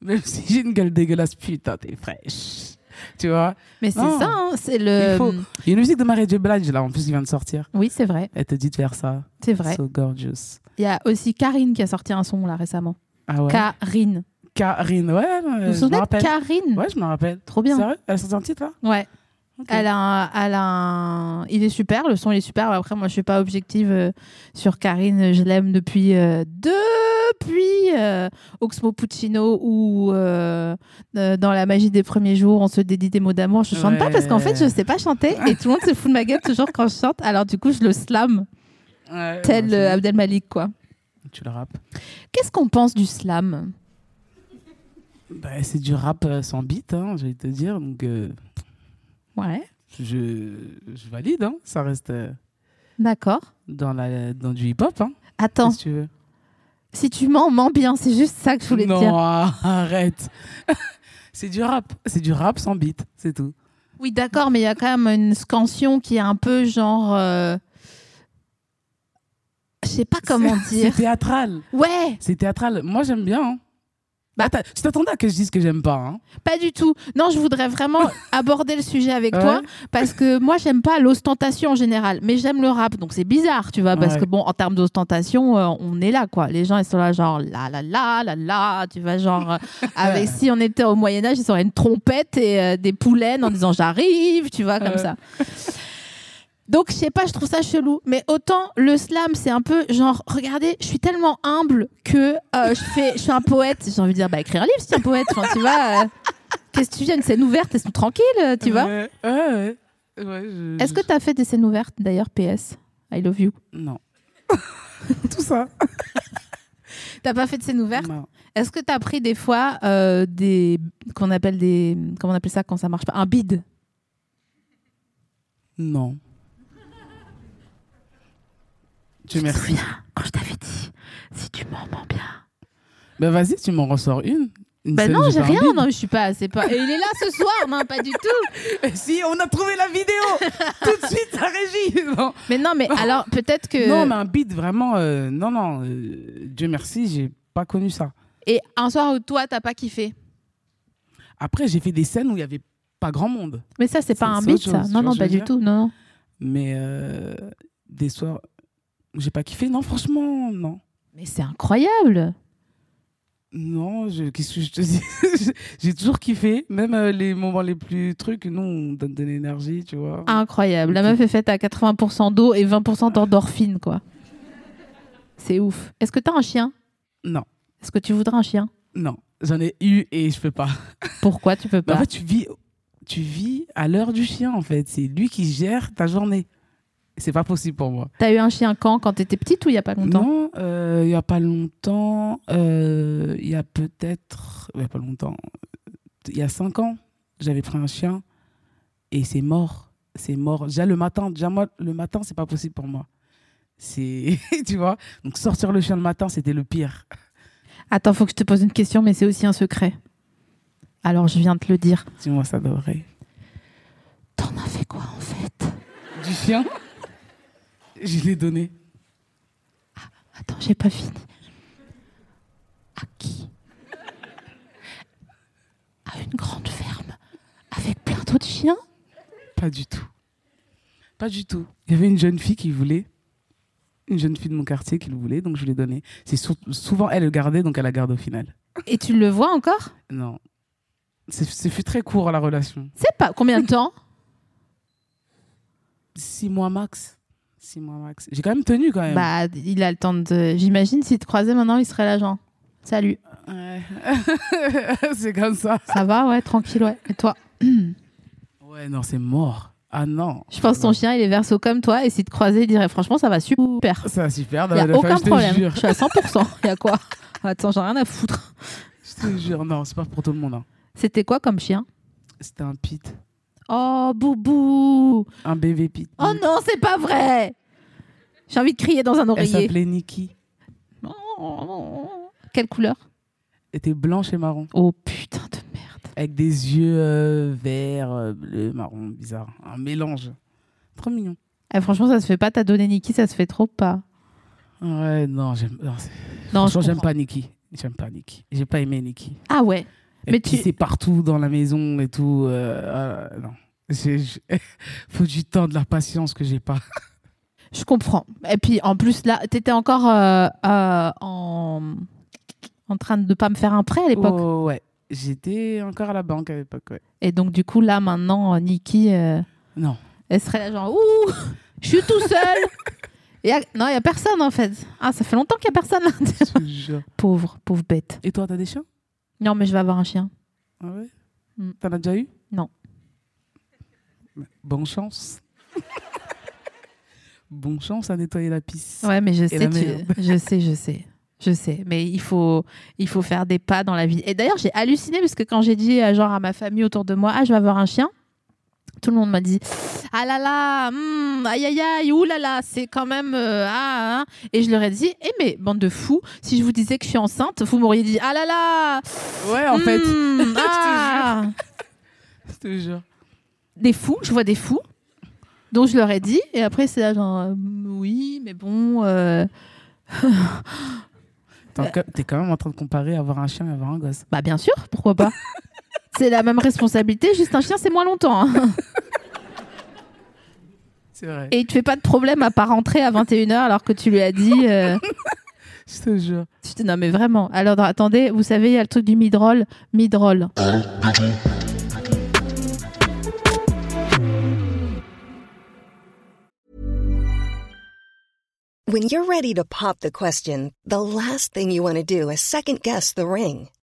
C: Même si j'ai une gueule dégueulasse, putain, t'es fraîche. Tu vois
B: Mais c'est
C: Non.
B: ça, hein, c'est le.
C: Oh. Il faut. Il y a une musique de Marie J. Blige, là, en plus, qui vient de sortir.
B: Oui, c'est vrai,
C: Elle te dit de faire ça.
B: c'est vrai.
C: So gorgeous.
B: Il y a aussi Karine qui a sorti un son là récemment.
C: Ah ouais.
B: Karine.
C: Karine, ouais.
B: Vous vous
C: je me
B: souvenez de
C: rappelle.
B: Karine
C: Ouais, je me rappelle.
B: Trop bien.
C: Sérieux Elle a sorti un titre, là
B: Ouais.
C: Ok.
B: Elle a, un- elle a un- Il est super, le son il est super. Après, moi, je suis pas objective euh, sur Karine. Je l'aime depuis euh, depuis euh, Oxmo Puccino ou euh, euh, dans La magie des premiers jours, on se dédie des mots d'amour. Je chante pas parce qu'en fait, je sais pas chanter et tout le monde se fout de ma gueule toujours quand je chante. Alors du coup, je le slam
C: Ouais,
B: tel
C: ouais,
B: euh, Abdel Malik quoi.
C: c'est- Tu le rappes.
B: Qu'est-ce qu'on pense du slam
C: Bah, c'est du rap euh, sans beat, hein, j'allais te dire. Donc, euh,
B: Ouais,
C: je, je valide, hein. Ça reste euh,
B: d'accord.
C: dans, la, dans du hip-hop, hein.
B: Attends,
C: si tu veux.
B: si tu mens, mens bien. C'est juste ça que je voulais te
C: non,
B: dire.
C: arrête. (laughs) c'est du rap. C'est du rap sans beat, c'est tout.
B: Oui, d'accord, mais il y a quand même une scansion qui est un peu genre. euh, Je sais pas comment
C: C'est
B: dire.
C: théâtral.
B: Ouais,
C: C'est théâtral. Moi, j'aime bien. hein.
B: Bah-
C: Attends, tu t'attendais à que je dise que j'aime pas. Hein.
B: pas du tout. Non, je voudrais
C: (laughs)
B: vraiment aborder le sujet avec
C: Ouais.
B: toi parce que moi, j'aime pas l'ostentation en général, mais j'aime le rap, donc c'est bizarre, tu vois, parce
C: Ouais.
B: que bon, en termes d'ostentation, euh, on est là, quoi. Les gens, ils sont là, genre là, là, là, là, là, tu vois, genre
C: (laughs)
B: euh, avec si on était au Moyen Âge, ils auraient une trompette et euh, des poulaines en disant j'arrive, tu vois, comme
C: Ouais.
B: ça. Donc, je sais pas, je trouve ça chelou. Mais autant le slam, c'est un peu genre, regardez, je suis tellement humble que euh, je fais, je suis un poète. J'ai envie de dire, bah écrire un livre si t'es un poète. Enfin, tu vois, euh, qu'est-ce que tu viens, une scène ouverte, laisse-nous tranquille, euh, tu vois.
C: Ouais, ouais, ouais. Ouais, je-
B: Est-ce que t'as fait des scènes ouvertes d'ailleurs, PS I love you.
C: je- Non. tout ça.
B: T'as pas fait de scènes ouvertes
C: Non.
B: Est-ce que t'as pris des fois euh, des. qu'on appelle des. comment on appelle ça quand ça marche pas Un bid
C: Non. Tu
B: te
C: merci.
B: souviens quand je t'avais dit, si tu m'en mens bien.
C: Bah vas-y, tu m'en ressors une. Une
B: Bah
C: scène
B: non,
C: du
B: j'ai
C: Barbie.
B: rien, non, je suis pas. C'est pas. Et il est là ce soir, non, pas du tout
C: Eh, si, on a trouvé
B: (laughs)
C: la vidéo Tout de suite, la régie Non,
B: Mais non,
C: (laughs)
B: mais alors peut-être que.
C: Non, mais un beat, vraiment... euh, non, non, euh, Dieu merci, j'ai pas connu ça.
B: Et un soir où toi, t'as pas kiffé.
C: Après, j'ai fait des scènes où il y avait pas grand monde.
B: Mais ça, c'est pas
C: C'est-
B: un
C: c'est
B: beat,
C: autre
B: ça.
C: chose,
B: Non,
C: tu vois
B: non,
C: ce que
B: pas
C: je veux
B: du
C: dire
B: tout. Non, non.
C: Mais euh, des soirs où j'ai pas kiffé, non, franchement, non.
B: Mais c'est incroyable.
C: Non, je- qu'est-ce que je te (laughs) dis J'ai toujours kiffé, même euh, les moments les plus trucs, nous, on donne de l'énergie, tu vois.
B: Ah. Incroyable. La
C: Ok.
B: meuf est faite à 80% d'eau et 20% d'endorphine, quoi. C'est ouf. Est-ce que t'as un chien
C: Non,
B: Est-ce que tu voudrais un chien
C: non, j'en ai eu et je peux pas.
B: Pourquoi tu peux
C: Mais Bah, en
B: pas
C: fait, tu vis, tu vis à l'heure du chien, en fait. C'est lui qui gère ta journée. C'est pas possible pour moi.
B: T'as eu un chien quand Quand t'étais petite ou il y a pas longtemps
C: Non, euh, il y a pas longtemps, euh, il y a peut-être, il y a pas longtemps, il y a cinq ans, j'avais pris un chien et c'est mort, c'est mort. Déjà le matin, déjà moi le matin c'est pas possible pour moi. C'est, (laughs) tu vois, donc sortir le chien le matin c'était le pire.
B: Attends, faut que je te pose une question, mais c'est aussi un secret. Alors, je viens de te le dire.
C: Dis-moi ça devrait.
B: T'en as fait quoi en fait
C: Du chien, je l'ai donné.
B: Attends, j'ai pas fini. À qui À une grande ferme avec plein d'autres chiens
C: Pas du tout. Pas du tout. Il y avait une jeune fille qui voulait, une jeune fille de mon quartier qui le voulait, donc je lui ai donné. C'est sou- souvent elle le gardait, donc elle la garde au final.
B: Et tu le vois encore
C: Non. C'est- Ce fut très court la relation.
B: C'est pas combien de temps
C: Six mois max. Six mois max. J'ai quand même tenu quand même.
B: Bah, il a le temps de. J'imagine s'il te croisait maintenant, il serait là genre. Salut.
C: Ouais. (laughs) c'est comme ça.
B: Ça va, ouais, tranquille, ouais. Et toi
C: Ouais, non, c'est mort. Ah non.
B: Je pense que ton chien, il est verso comme toi, et s'il te croisait, il dirait franchement, ça va super.
C: C'est super.
B: Il n'y a
C: la
B: aucun
C: je te
B: problème.
C: jure.
B: Je suis à 100%. Il y a quoi Attends, j'en ai rien à foutre.
C: Je te jure, non, c'est pas pour tout le monde. hein.
B: C'était quoi comme chien
C: C'était un pit.
B: Oh, boubou
C: Un bébé pit.
B: Oh non, c'est pas vrai J'ai envie de crier dans un
C: Elle
B: oreiller. Oh.
C: s'appelait Nikki.
B: Quelle couleur
C: Elle était blanche et marron.
B: Oh putain de merde.
C: Avec des yeux euh, verts, euh, bleu, marron, bizarre. Un mélange. Trop mignon.
B: Eh, franchement, ça se fait pas t'adonner Nikki, ça se fait trop pas.
C: Ouais, non, j'aime non, c'est-
B: Non,
C: franchement,
B: je
C: j'aime
B: comprends.
C: pas Nikki. J'aime pas Nikki. J'ai pas aimé Nikki.
B: Ah ouais. Mais
C: Mais
B: tu-
C: tu sais partout dans la maison et tout. euh, ah, non. J'ai- j'ai- (laughs) Faut du temps, de la patience que j'ai pas.
B: Je comprends. Et puis en plus, là, t'étais encore euh, euh, en... en train de pas me faire un prêt à l'époque.
C: Oh, ouais. J'étais encore à la banque à l'époque, ouais.
B: Et donc, du coup, là, maintenant, euh, Nikki, euh,
C: Non.
B: elle serait là, genre, ouh, je suis tout seul. (laughs) Il y a- Non, il n'y a personne en fait. Ah, ça fait longtemps qu'il n'y a personne là. (laughs)
C: je te (laughs) jure.
B: pauvre, pauvre bête.
C: Et toi, t'as des chiens
B: Non, mais je vais avoir un chien.
C: Ah ouais
B: Mm.
C: T'en as déjà eu
B: Non.
C: Bonne chance. (laughs) Bonne chance à nettoyer la pisse.
B: Ouais, mais je
C: la
B: sais, tu-
C: merde.
B: (laughs) je sais, je sais. Je sais, mais il faut, il faut faire des pas dans la vie. Et d'ailleurs, j'ai halluciné parce que quand j'ai dit euh, genre à ma famille autour de moi, ah, je vais avoir un chien, tout le monde m'a dit, ah là là, hmm, aïe aïe aïe, ouh là là, c'est quand même euh, ah, hein. Et je leur ai dit, eh mais bande de fous, si je vous disais que je suis enceinte, vous m'auriez dit, ah là là,
C: Ouais, en (laughs) fait.
B: hmm, ah.
C: Je te jure.
B: des fous, je vois des fous, dont je leur ai dit, et après c'est là genre, euh, oui, mais bon. euh,
C: T'es quand- T'es quand même en train de comparer avoir un chien et avoir un gosse.
B: Bah bien sûr, pourquoi pas C'est la même responsabilité, juste un chien, c'est moins longtemps. hein.
C: C'est vrai.
B: Et il te fait pas de problème à pas rentrer à 21h alors que tu lui as dit... euh,
C: Je te jure.
B: tu te- Non mais vraiment. Alors attendez, vous savez, il y a le truc du midroll. Midroll.
D: When you're ready to pop the question, the last thing you want to do is second guess the ring.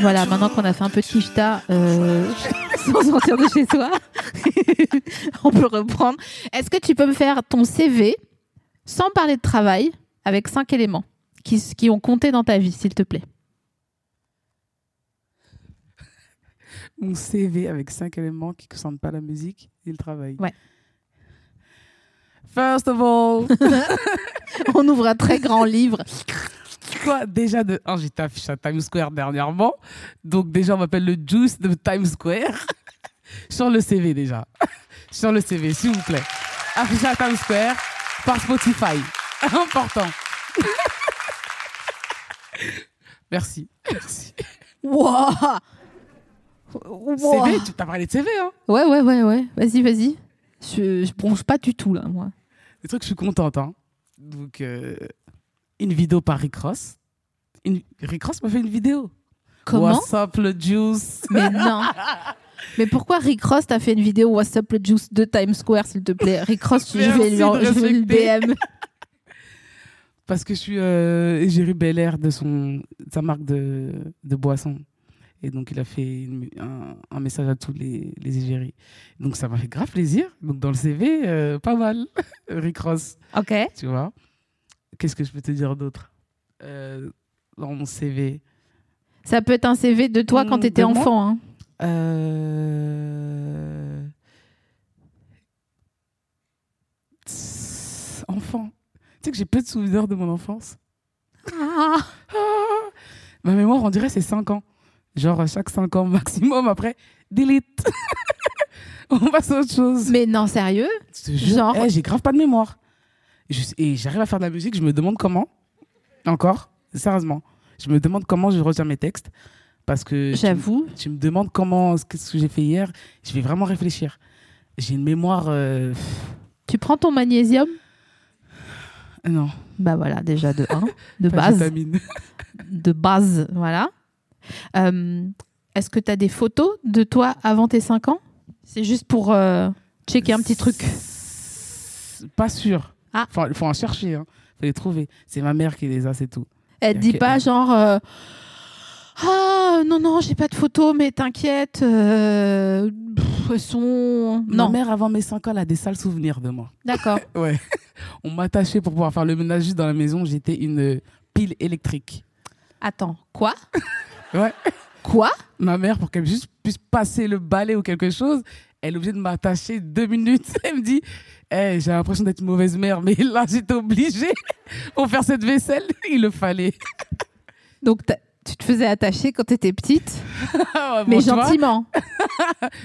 B: Voilà, maintenant qu'on a fait un peu de quicheta euh, (laughs) sans sortir de chez soi, (laughs) on peut reprendre. Est-ce que tu peux me faire ton CV sans parler de travail avec cinq éléments qui, qui ont compté dans ta vie, s'il te plaît
C: Mon CV avec cinq éléments qui ne sentent pas la musique et le travail.
B: Ouais.
C: First of all,
B: On ouvre un très grand livre.
C: quoi déjà de un, j'étais affiché à Times Square dernièrement, donc déjà on m'appelle le Juice de Times Square (laughs) sur le CV déjà, (laughs) sur le CV s'il vous plaît, affiché à Times Square par Spotify, (laughs) important. (laughs) Merci. Merci.
B: Wouah Wouah.
C: CV, tu t'as parlé de CV hein.
B: Ouais, ouais, ouais, ouais. Vas-y, vas-y. Je, je bronche pas du tout, là, moi.
C: Des trucs, je suis contente. Hein. Donc, euh, une vidéo par Rick Ross. Une... Rick Ross m'a fait une vidéo.
B: Comment
C: What's up, le juice
B: Mais non Mais pourquoi Rick Ross t'a fait une vidéo What's up le juice de Times Square, s'il te plaît Rick Ross, je vais
C: Merci
B: lui en-
C: de
B: je vais le
C: respecter.
B: BM.
C: Parce que je suis euh, égérie Bel Air de, son, de sa marque de, de boissons. Et donc, il a fait une- un, un message à tous les, les égéries. Donc, ça m'a fait grave plaisir. Donc, dans le CV, euh, pas mal. (laughs) Rick Ross.
B: Ok.
C: tu vois. Qu'est-ce que je peux te dire d'autre Euh, Dans mon CV.
B: Ça peut être un CV de toi quand
C: Mm,
B: t'étais
C: de moi
B: enfant. hein.
C: Euh... Tss, Enfant. Tu sais que j'ai peu de souvenirs de mon enfance.
B: Ah,
C: Ah Ma mémoire, on dirait, c'est 5 ans. Genre, à chaque 5 ans (laughs) maximum, après, delete. (laughs) on passe à autre chose.
B: mais non, sérieux
C: Je te jure,
B: Genre-
C: eh, j'ai grave pas de mémoire. Je- et j'arrive à faire de la musique, je me demande comment. Encore, sérieusement. Je me demande comment je retiens mes textes. Parce que. tu-
B: J'avoue.
C: Tu me demandes comment, qu'est-ce que j'ai fait hier. Je vais vraiment réfléchir. J'ai une mémoire. euh, pff,
B: Tu prends ton magnésium
C: non,
B: Bah voilà, déjà de 1, de
C: pas de
B: base.
C: vitamine.
B: de base, voilà. Euh, Est-ce que tu as des photos de toi avant tes 5 ans C'est juste pour euh, checker un petit truc.
C: (laughs) Pas sûr.
B: Ah.
C: Faut, faut en chercher, hein. faut les trouver. C'est ma mère qui les a, c'est tout.
B: Elle te dit
C: Ok.
B: pas genre euh, Ah non, non, j'ai pas de photos, mais t'inquiète, euh, pff, elles sont.
C: Ma
B: Non,
C: mère, avant mes 5 ans, elle a des sales souvenirs de moi.
B: (laughs) d'accord.
C: Ouais. on m'attachait pour pouvoir faire le ménage juste dans la maison. J'étais une euh, pile électrique.
B: Attends, quoi
C: Ouais.
B: Quoi
C: Ma mère, pour qu'elle juste puisse passer le balai ou quelque chose, elle est obligée de m'attacher deux minutes. (laughs) Elle me dit Eh, J'ai l'impression d'être une mauvaise mère, mais là, j'étais obligée. (laughs) Pour faire cette vaisselle, il le fallait. (laughs)
B: Donc t'as- tu te faisais attacher quand t'étais petite,
C: Ah ouais,
B: mais
C: bon, tu vois,
B: gentiment.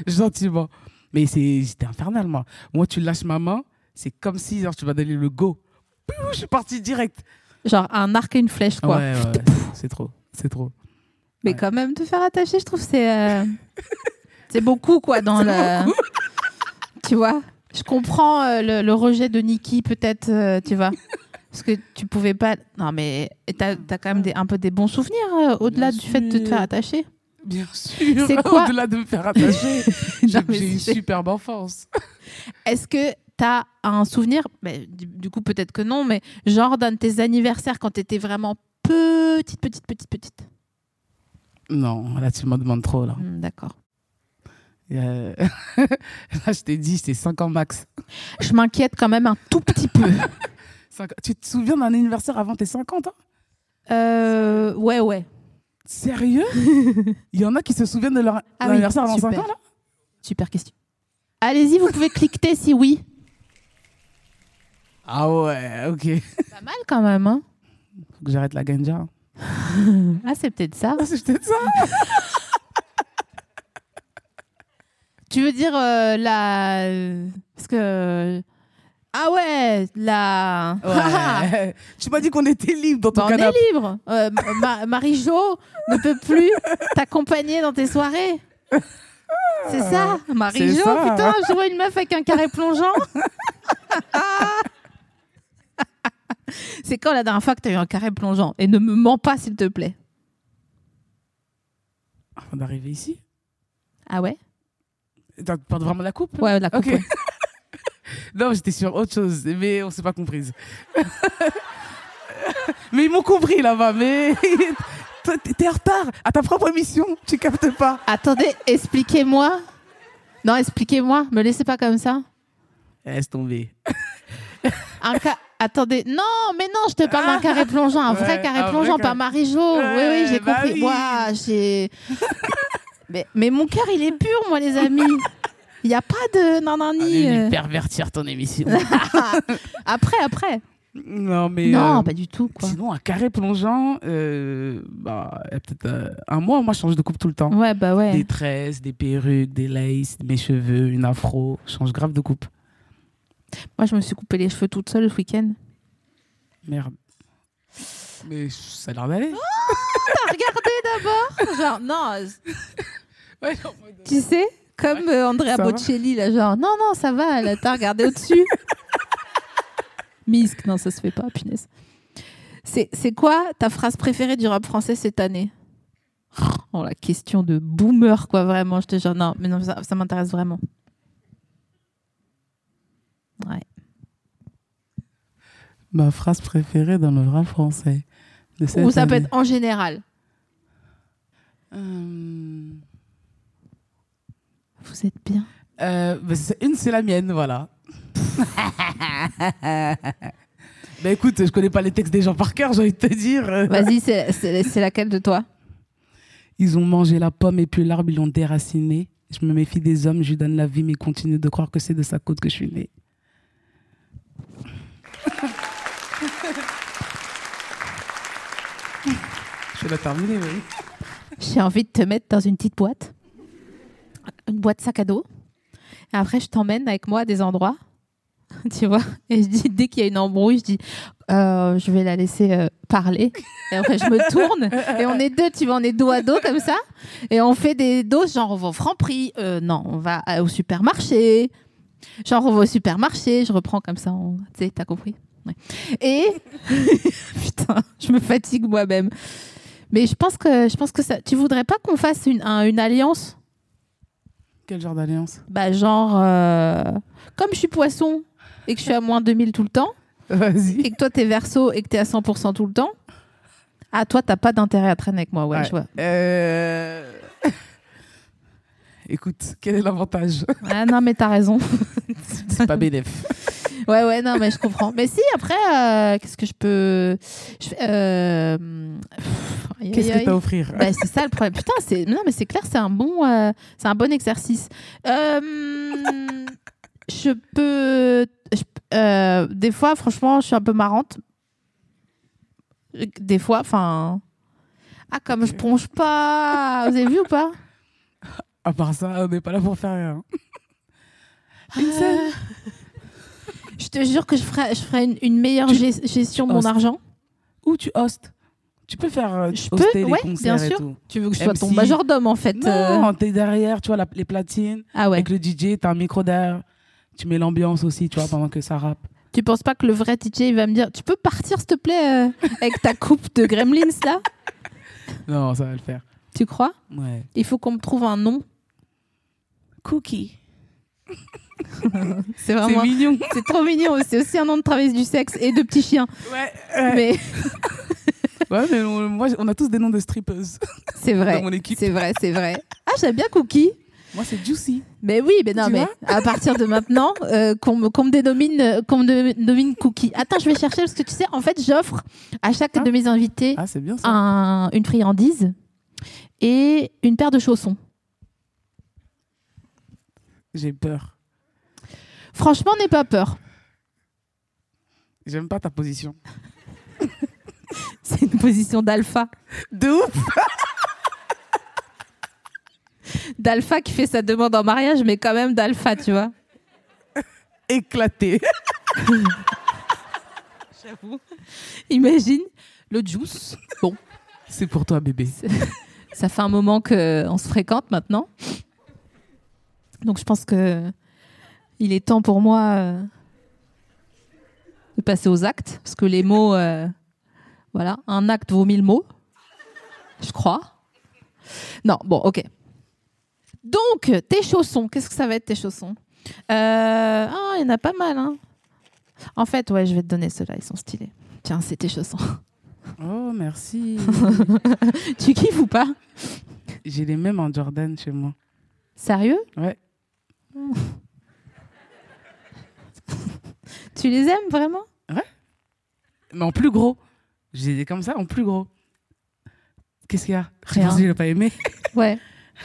C: gentiment. Mais c'est- c'était infernal, moi. Moi, tu lâches ma main, c'est comme si genre, tu vas donner le go. Piou, Je suis partie direct.
B: Genre un arc et une flèche, quoi.
C: Ouais, ouais, ouais, c'est- c'est trop. C'est trop.
B: Mais
C: ouais.
B: quand même, te faire attacher, je trouve, c'est. euh, (laughs) c'est beaucoup, quoi, dans le. (laughs) tu vois Je comprends euh, le, le rejet de Nikki, peut-être, euh, tu vois Parce que tu pouvais pas. Non, mais t'as as quand même des, un peu des bons souvenirs euh, au-delà
C: Bien
B: du fait de te
C: sûr.
B: faire attacher.
C: Bien sûr.
B: C'est quoi
C: Au-delà de me faire (laughs) attacher, (laughs) j'ai
B: Non, mais
C: j'ai eu une
B: c'est-
C: superbe enfance.
B: Est-ce que t'as un souvenir Ben, du, du coup, peut-être que non, mais genre d'un de tes anniversaires quand t'étais vraiment petite, petite, petite, petite.
C: Non, là, tu m'en demandes trop, là.
B: Hmm, D'accord.
C: Euh, (laughs) là, je t'ai dit, c'était 5 ans max.
B: Je m'inquiète quand même un tout petit
C: (laughs)
B: peu.
C: Cinq- Tu te souviens d'un anniversaire avant tes 50 ans
B: Euh, ouais, ouais.
C: (laughs) Sérieux Il y en a qui se souviennent de leur
B: Ah oui,
C: anniversaire avant
B: super.
C: 5 ans, là
B: Super question. Allez-y, vous pouvez cliquer si oui.
C: Ah ouais, ok. Faut
B: Pas mal quand même, hein
C: que j'arrête la ganja.
B: Ah, c'est peut-être ça.
C: Ah, c'est peut-être ça
B: Tu veux dire euh, la... Parce que... Ah ouais, la... (laughs) Ah,
C: (laughs) Ouais. tu m'as dit qu'on était libre dans
B: Bah,
C: ton
B: on
C: canapé.
B: est libre. Euh, Ma- Marie-Jo ne peut plus t'accompagner dans tes soirées. C'est ça, Marie-Jo.
C: C'est ça.
B: Putain, je vois une meuf avec un carré
C: (laughs)
B: plongeant. C'est quand la dernière fois que t'as eu un carré plongeant Et ne me mens pas, s'il te plaît.
C: Avant d'arriver ici
B: Ah ouais
C: T'as peur de vraiment la coupe là
B: Ouais, la coupe.
C: Ok.
B: ouais.
C: (laughs) Non, j'étais sur autre chose, mais on s'est pas comprise. (laughs) mais ils m'ont compris là-bas, mais (laughs) Toi, t'es t'es en retard à ta propre émission, tu captes pas.
B: (laughs) Attendez, expliquez-moi. Non, expliquez-moi. Me laissez pas comme ça.
C: Laisse tomber.
B: Un ca- Attendez, non, mais non, je te parle d'un carré plongeant, un vrai
C: Ouais,
B: carré
C: un vrai
B: plongeant,
C: carré-
B: pas Marie-Jo. oui, oui, j'ai
C: Ouais, bah
B: compris.
C: oui.
B: Ouah, j'ai. mais, mais mon cœur, il est pur, moi, les amis. Il n'y a pas de nanani. euh. Ah,
C: pervertir
B: (laughs)
C: ton émission.
B: après, après.
C: non, mais.
B: non,
C: euh,
B: pas du tout, quoi.
C: Sinon, un carré plongeant, euh, bah, il y a peut-être euh, un mois, moi, je change de coupe tout le temps.
B: Ouais, bah ouais.
C: Des tresses, des perruques, des laces, mes cheveux, une afro, je change grave de coupe.
B: Moi, je me suis coupé les cheveux toute seule le week-end.
C: Merde. Mais ça a l'air d'aller.
B: Oh T'as regardé d'abord Genre, non, euh,
C: Ouais, en mode-
B: tu sais, comme euh, Andrea
C: Ça va.
B: Bocelli, là, genre, non, non, ça va, là, t'as regardé
C: (laughs)
B: au-dessus. Misque, non, ça se fait pas, punaise. C'est c'est quoi ta phrase préférée du rap français cette année Oh, la question de boomer, quoi, vraiment. Je te jure, non, mais non, ça, ça m'intéresse vraiment. Ouais.
C: Ma phrase préférée dans le rap français. De cette
B: Ou ça peut
C: année.
B: être en général.
C: Euh,
B: Vous êtes bien.
C: euh, bah, c'est- une, c'est la
B: (laughs)
C: mienne, voilà. bah écoute, je connais pas les textes des gens par cœur, j'ai envie de te dire. euh,
B: Vas-y, c'est- c'est c'est laquelle de toi
C: Ils ont mangé la pomme et puis l'arbre, ils l'ont déraciné. Je me méfie des hommes, je lui donne la vie, mais continue de croire que c'est de sa côte que je suis
B: (laughs)
C: née. je l'ai terminé, oui.
B: J'ai envie de te mettre dans une petite boîte, une boîte sac à dos. Et après, je t'emmène avec moi à des endroits, (laughs) tu vois. Et je dis, dès qu'il y a une embrouille, je dis, Euh, je vais la laisser euh, parler. Et après, je me tourne. Et on est deux, tu vois, on est dos à dos comme ça. Et on fait des doses, genre, on va au Franprix. Euh, non, on va euh, au supermarché. Genre, on va au supermarché. Je reprends comme ça. on- Tu sais, t'as compris Ouais. Et. (laughs) Putain, je me fatigue moi-même. Mais je pense que je pense que ça. Tu voudrais pas qu'on fasse une, un- une alliance,
C: Quel genre d'alliance
B: bah genre euh, comme je suis poisson et que je suis à moins 2000 tout le temps
C: Vas-y.
B: et que toi t'es verso et que t'es à 100% tout le temps. Ah toi t'as pas d'intérêt à traîner avec moi, ouais,
C: Ouais.
B: je vois.
C: Euh, (laughs) Écoute, quel est l'avantage (laughs)
B: Ah non mais t'as raison. (laughs)
C: C'est pas bénéf.
B: Ouais, ouais, non, mais je comprends. Mais si, après, euh, qu'est-ce que je peux. Je fais, euh, pff, aïe,
C: (laughs) Qu'est-ce
B: aïe,
C: que
B: aïe.
C: t'as à offrir
B: Bah, c'est ça le problème. Putain, c'est non mais c'est clair, c'est un bon, euh, c'est un bon exercice. Euh, je peux, je p- euh, des fois, franchement, je suis un peu marrante. Des fois, enfin, ah comme je plonge pas. Vous avez vu ou pas
C: À part ça, on n'est pas là pour faire rien.
B: Euh, Je te jure que je ferai, je ferai une, une meilleure
C: Tu-
B: gest- gestion de
C: Oh,
B: mon
C: c'est-
B: argent.
C: Ou tu hostes. Tu peux faire euh,
B: Je peux,
C: hoster les
B: ouais,
C: concerts
B: bien
C: et
B: sûr.
C: tout.
B: Tu veux que je sois ton
C: MC.
B: majordome en fait euh.
C: Non, t'es derrière, tu vois, la- les platines.
B: Ah ouais.
C: Avec le DJ, t'as un micro derrière. Tu mets l'ambiance aussi, tu vois, pendant que ça rappe.
B: Tu penses pas que le vrai DJ il va me dire tu peux partir s'il te plaît euh, avec ta coupe de gremlins là
C: Non, ça va le faire.
B: Tu crois
C: Ouais.
B: Il faut qu'on me trouve un nom.
C: Cookie.
B: (laughs) C'est
C: C'est
B: vraiment (laughs)
C: mignon.
B: c'est trop mignon, c'est aussi un nom de travail du sexe et de petits chiens.
C: Ouais, ouais.
B: Mais (laughs)
C: Ouais, mais on- moi, on a tous des noms de strippeuses.
B: c'est vrai.
C: Dans mon équipe.
B: C'est vrai, c'est vrai. Ah, j'aime bien Cookie.
C: Moi, c'est Juicy.
B: Mais oui, mais non,
C: Tu
B: mais à partir de maintenant, euh, qu'on me, qu'on me dénomine, euh, qu'on me dénomine Cookie. Attends, je vais chercher parce que tu sais, en fait, j'offre à chaque
C: Ah.
B: de mes invités
C: Ah, c'est bien ça.
B: un- une friandise et une paire de chaussons.
C: J'ai peur.
B: Franchement, n'aie pas peur. (laughs)
C: J'aime pas ta position.
B: C'est une position d'alpha.
C: De ouf
B: D'alpha qui fait sa demande en mariage, mais quand même d'alpha, tu vois.
C: Éclaté.
B: Imagine le juice. Bon,
C: C'est pour toi, bébé.
B: ça fait un moment qu'on se fréquente maintenant. Donc je pense que il est temps pour moi euh, de passer aux actes. Parce que les mots. euh, voilà, un acte vaut mille mots. Je crois. Non, bon, ok. Donc, tes chaussons, qu'est-ce que ça va être tes chaussons Euh, Ah, il y en a pas mal, hein. En fait, ouais, je vais te donner ceux-là, ils sont stylés. Tiens, c'est tes chaussons. (laughs)
C: Oh, (laughs) merci.
B: tu kiffes ou pas
C: J'ai les mêmes en Jordan chez moi.
B: Sérieux
C: Ouais.
B: (laughs) Tu les aimes vraiment
C: Mais en plus gros. J'ai des comme ça, en plus gros. Qu'est-ce qu'il y a Je
B: Rien.
C: pense qu'il a pas aimé. (laughs)
B: Ouais.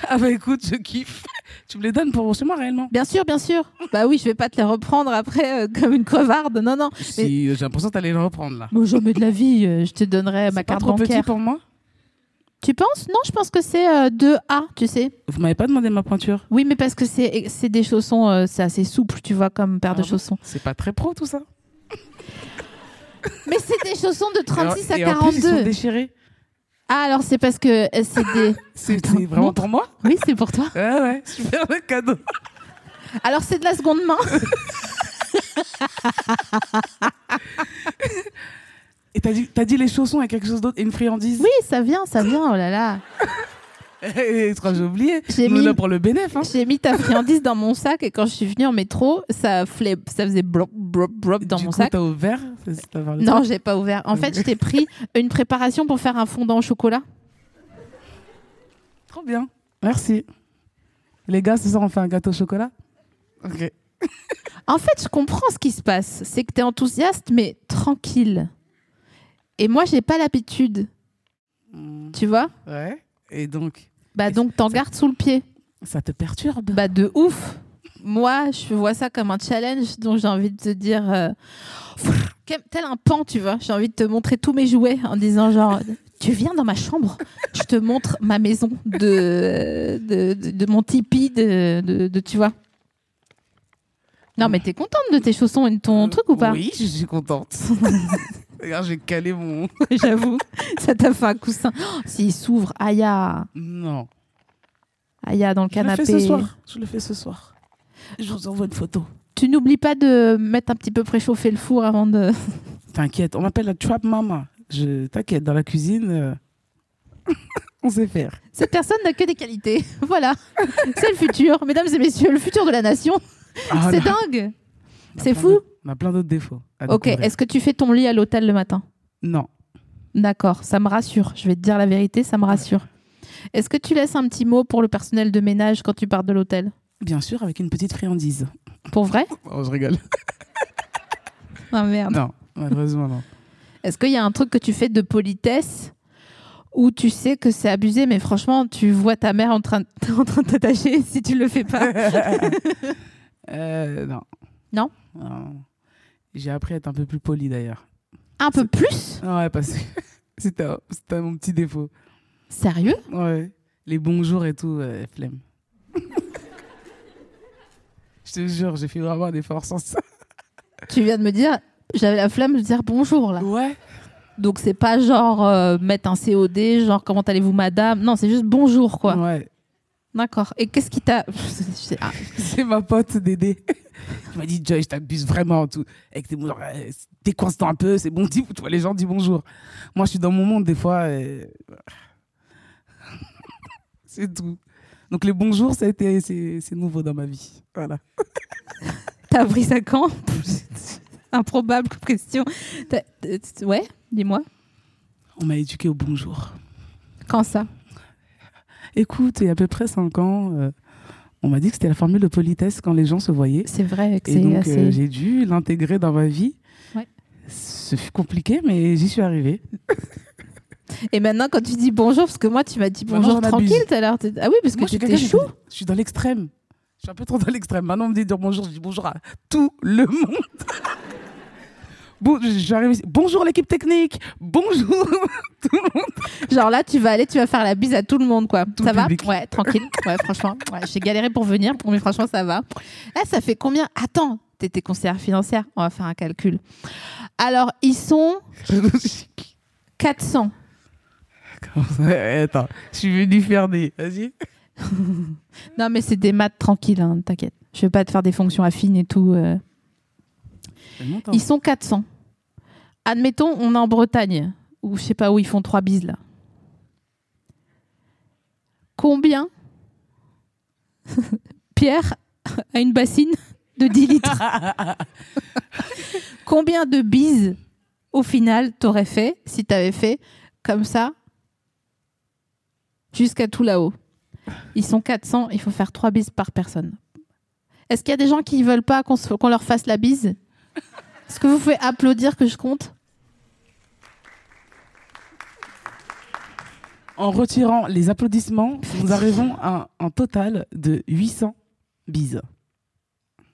C: Ah bah écoute, je kiffe. Tu me les donnes pour chez moi réellement
B: Bien sûr, bien sûr. Bah oui, je vais pas te les reprendre après euh, comme une crevarde. Non, non.
C: Si, euh, j'ai l'impression que t'allais le reprendre là.
B: Moi, jamais de la vie, euh, je te donnerai Euh, ma
C: C'est pas
B: carte
C: trop petit
B: bancaire.
C: pour moi
B: Tu penses Non, je pense que c'est euh, 2A, tu sais.
C: Vous m'avez pas demandé ma pointure
B: Oui, mais parce que c'est c'est des chaussons, euh, c'est assez souple, tu vois, comme paire de
C: Ah bon
B: chaussons.
C: C'est pas très pro tout ça.
B: Mais c'est des chaussons de 36
C: Et
B: à
C: en- et en plus, ils
B: 42.
C: sont déchirés.
B: Ah, alors c'est parce que euh, c'est
C: (laughs)
B: des.
C: C'est
B: Attends,
C: c'est vraiment
B: montre.
C: pour moi
B: Oui, c'est pour toi.
C: Ouais, ouais, super le cadeau.
B: Alors c'est de la seconde
C: (laughs)
B: main.
C: Et t'as dit, t'as dit les chaussons et quelque chose d'autre et une friandise (laughs)
B: Oui, ça vient, ça vient, oh là là.
C: Je crois que j'ai oublié.
B: J'ai
C: Nous,
B: mis-
C: là pour le bénéf. Hein.
B: J'ai mis ta friandise dans mon sac et quand je suis venue en métro, ça, flait, ça faisait blop, blop, blop dans
C: du
B: mon
C: coup,
B: sac.
C: t'as ouvert c'est- c'est- t'as ouvert le
B: Non,
C: truc.
B: j'ai pas ouvert. En fait,
C: Ok.
B: je t'ai
C: (laughs)
B: pris une préparation pour faire un fondant au chocolat.
C: Trop bien. Merci. Les gars, ce soir, on fait un gâteau au chocolat Ok.
B: En fait, je comprends ce qui se passe. C'est que t'es enthousiaste, mais tranquille. Et moi, j'ai pas l'habitude, tu vois
C: Mm, Ouais. Et donc,
B: Bah
C: Et
B: donc, t'en gardes sous le pied.
C: ça te perturbe
B: Bah de ouf Moi, je vois ça comme un challenge, donc j'ai envie de te dire... euh, pff, quel- tel un pan, tu vois. J'ai envie de te montrer tous mes jouets en disant genre... Tu viens dans ma chambre, je te montre ma maison de, de, de- de mon tipi, de, de- de- tu vois. Non, mais t'es contente de tes chaussons et de ton truc ou pas
C: Euh, Oui, je suis (laughs) contente. Regarde, j'ai calé mon.
B: (laughs) J'avoue, ça t'a fait un coussin. Oh, S'il s'ouvre, aïe, aïe,
C: Non.
B: aïe, dans le canapé.
C: Je le fais ce soir. Je le fais ce soir. Je vous envoie une photo.
B: Tu n'oublies pas de mettre un petit peu préchauffer le four avant de...
C: T'inquiète, on m'appelle la trap mama. Je t'inquiète, dans la cuisine, euh, (laughs) on sait faire.
B: Cette personne n'a que des qualités. (laughs) Voilà. C'est le futur. Mesdames et messieurs, le futur de la nation.
C: Ah,
B: c'est
C: on a-
B: dingue.
C: on a
B: c'est
C: plein
B: fou.
C: d'autres- On a plein d'autres défauts. à
B: Ok,
C: découvrir.
B: est-ce que tu fais ton lit à l'hôtel le matin
C: Non.
B: D'accord, ça me rassure. Je vais te dire la vérité, ça me rassure. Est-ce que tu laisses un petit mot pour le personnel de ménage quand tu pars de l'hôtel
C: Bien sûr, avec une petite friandise.
B: Pour vrai
C: Oh, je rigole.
B: (laughs) Ah merde.
C: Non, malheureusement,
B: (laughs)
C: non.
B: Est-ce qu'il y a un truc que tu fais de politesse où tu sais que c'est abusé, mais franchement, tu vois ta mère en train, de- (laughs) en train de t'attacher si tu le fais (laughs) pas
C: Euh, non.
B: Non
C: Non. J'ai appris à être un peu plus poli d'ailleurs.
B: Un peu plus
C: Ouais, parce que (laughs) c'était un- c'était mon petit défaut.
B: Sérieux
C: Ouais. Les bonjours et tout, euh, flemme. (laughs) Je te jure, j'ai fait vraiment des efforts sans ça.
B: Tu viens de me dire, j'avais la flemme de dire bonjour là.
C: Ouais.
B: Donc c'est pas genre euh, mettre un COD, genre comment allez-vous madame Non, c'est juste bonjour quoi.
C: Ouais.
B: D'accord. Et qu'est-ce qui t'a. (laughs) C'est- ah,
C: C'est ma pote Dédé. (laughs) Il m'a dit, Joy, je t'abuse vraiment. Tout. Avec tes bonjours, euh, décoince-toi un peu, c'est bon, dis, tu vois, les gens disent bonjour. Moi, je suis dans mon monde, des fois. euh, (laughs) c'est tout. Donc, les bonjours, ça a été, c'est, c'est nouveau dans ma vie. Voilà.
B: T'as appris ça quand (laughs) Improbable question. T'as- t'as- Ouais, dis-moi.
C: On m'a éduqué au bonjour.
B: Quand ça
C: Écoute, il y a à peu près 5 ans, euh, on m'a dit que c'était la formule de politesse quand les gens se voyaient.
B: C'est vrai que
C: Et
B: c'est
C: donc,
B: assez.
C: euh, j'ai dû l'intégrer dans ma vie.
B: Ouais.
C: Ce fut compliqué, mais j'y suis arrivée.
B: Et maintenant, quand tu dis bonjour, parce que moi, tu m'as dit
C: Maintenant,
B: bonjour
C: j'en abuse.
B: tranquille tout à l'heure. t'es- Ah oui, parce
C: Moi,
B: que
C: je suis
B: j'étais
C: quelqu'un qui-
B: chaud.
C: Je suis dans l'extrême. Je suis un peu trop dans l'extrême. Maintenant, on me dit de dire bonjour. Je dis bonjour à tout le monde. (laughs) Bon, je suis arrivée ici. Bonjour l'équipe technique.
B: (laughs)
C: Bonjour tout le monde.
B: Genre là, tu vas aller, tu vas faire la bise à tout le monde, quoi.
C: Tout
B: ça
C: le
B: va
C: public.
B: Ouais,
C: (laughs)
B: tranquille. Ouais, franchement, ouais, j'ai galéré pour venir, mais franchement, ça va. Là, ça fait combien Attends, t'étais conseillère financière. On va faire un calcul. Alors, ils sont 400.
C: Comment ça Attends, je suis venue faire des. Vas-y.
B: Non, mais c'est des maths tranquilles, hein, t'inquiète. Je vais pas te faire des fonctions affines et tout. euh. Ils sont 400. Admettons, on est en Bretagne, ou je sais pas où, ils font trois bises là. Combien (laughs) Pierre a une bassine de 10 litres. Combien de bises au final t'aurais fait si t'avais fait comme ça jusqu'à tout là-haut Ils sont 400, il faut faire trois bises par personne. Est-ce qu'il y a des gens qui veulent pas qu'on se- qu'on leur fasse la bise est-ce que vous pouvez applaudir que je compte
C: En retirant les applaudissements, nous arrivons à un total de 800 bises.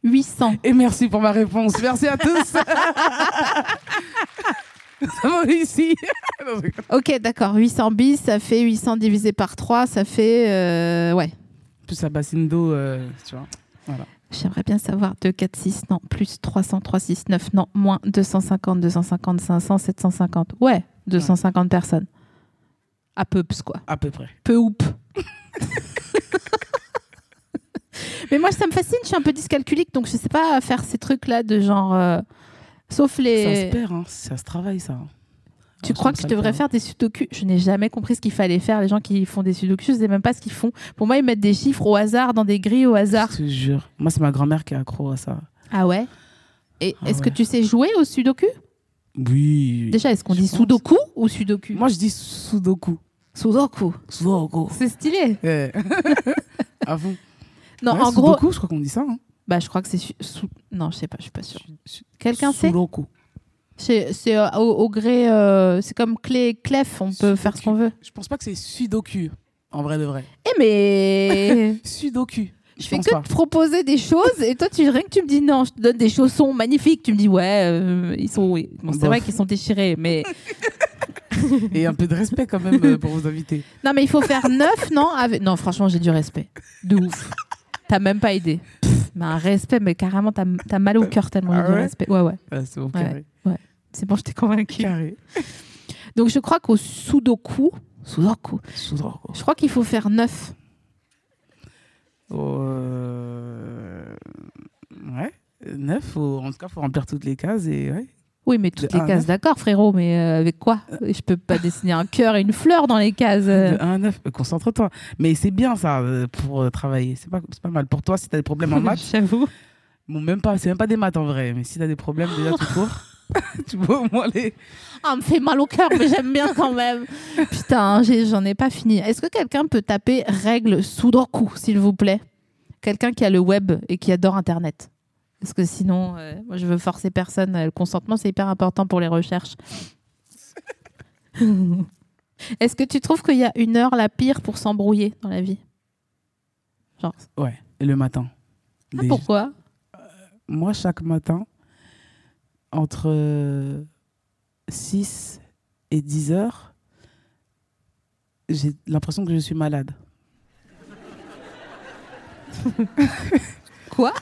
B: 800.
C: Et merci pour ma réponse. Merci à
B: (laughs)
C: tous. (laughs) Nous avons réussi. (laughs) Non, je-
B: Ok, d'accord. 800 bis, ça fait 800 divisé par 3, ça fait... euh, ouais.
C: Plus la bassine d'eau, euh, tu vois.
B: J'aimerais bien savoir 2, 4, 6, non, plus 300, 3, 6, 9, non, moins 250, 250, 500, 750. Ouais, 250 personnes. À peu, p's, quoi.
C: À peu près.
B: Peu (laughs) oup. Mais moi, ça me fascine, je suis un peu dyscalculique, donc je sais pas faire ces trucs-là de genre... euh, sauf
C: Ça se
B: les...
C: perd, hein. ça se travaille, ça. Ah,
B: Tu crois que je devrais faire des sudoku Je n'ai jamais compris ce qu'il fallait faire. Les gens qui font des sudoku, je ne sais même pas ce qu'ils font. Pour moi, ils mettent des chiffres au hasard dans des grilles au hasard.
C: hein. Je te jure. Moi, c'est ma grand-mère qui est accro à ça.
B: Ah ouais Et
C: Ah
B: est-ce que
C: ouais.
B: tu sais jouer au sudoku
C: Oui.
B: Déjà, est-ce qu'on
C: Je
B: dit
C: pense.
B: sudoku ou sudoku
C: Moi, je dis Sudoku.
B: sudoku.
C: Sudoku.
B: C'est stylé.
C: Eh. (laughs) à fond.
B: Non,
C: Ouais,
B: en gros,
C: Sudoku, je crois qu'on dit ça. Hein.
B: bah, je crois que c'est su- sou- non, je sais pas, je suis pas sûre. Quelqu'un sait
C: Sudoku.
B: C'est c'est, euh, au, au gré, euh, c'est comme clé clef, on peut faire ce qu'on veut.
C: Je pense pas que c'est Sudoku, en vrai de vrai.
B: Eh
C: (laughs)
B: mais
C: Sudoku.
B: Je fais
C: pense
B: que
C: pas.
B: te proposer des choses et toi tu rien que tu me dis non, je te donne des chaussons magnifiques, tu me dis ouais, euh, ils sont oui. Bon, c'est
C: Bof.
B: vrai qu'ils sont déchirés mais
C: Et un peu de respect quand même euh, pour vos invités.
B: non mais il faut faire neuf non avec- non franchement, j'ai du respect. De ouf. T'as même pas aidé. Pff, mais un respect mais carrément t'as t'as mal au cœur tellement j'ai
C: Ah
B: du
C: ouais
B: respect. Ouais ouais.
C: Ah, c'est bon,
B: Ouais.
C: carré.
B: C'est bon, je t'ai convaincu.
C: Carré.
B: Donc je crois qu'au sudoku, sudoku,
C: Sudoku.
B: je crois qu'il faut faire neuf.
C: Oh, euh, Ouais. Neuf, faut... en tout cas, faut remplir toutes les cases et ouais.
B: Oui, mais toutes
C: De
B: les
C: un à
B: cases,
C: neuf.
B: d'accord, frérot, mais euh, avec quoi Je peux pas dessiner un cœur et une fleur dans les cases. euh.
C: De 1 à 9, concentre-toi. Mais c'est bien ça euh, pour euh, travailler. C'est pas, c'est pas mal. Pour toi, si t'as des problèmes
B: (laughs)
C: en maths,
B: J'avoue.
C: bon, même pas, c'est même pas des maths en vrai, mais si t'as des problèmes déjà tout
B: (laughs)
C: court, tu vois au moins les.
B: Ah, me fait mal au cœur, mais j'aime bien quand même. (laughs) Putain, j'ai- j'en ai pas fini. Est-ce que quelqu'un peut taper règle Sudoku, s'il vous plaît Quelqu'un qui a le web et qui adore Internet. Parce que sinon, euh, moi, je veux forcer personne. Euh, Le consentement, c'est hyper important pour les recherches. (laughs) Est-ce que tu trouves qu'il y a une heure la pire pour s'embrouiller dans la vie Genre,
C: Ouais, et le matin.
B: ah,
C: Des-
B: pourquoi
C: Moi, chaque matin, entre euh, 6 et 10 heures, j'ai l'impression que je suis malade.
B: Quoi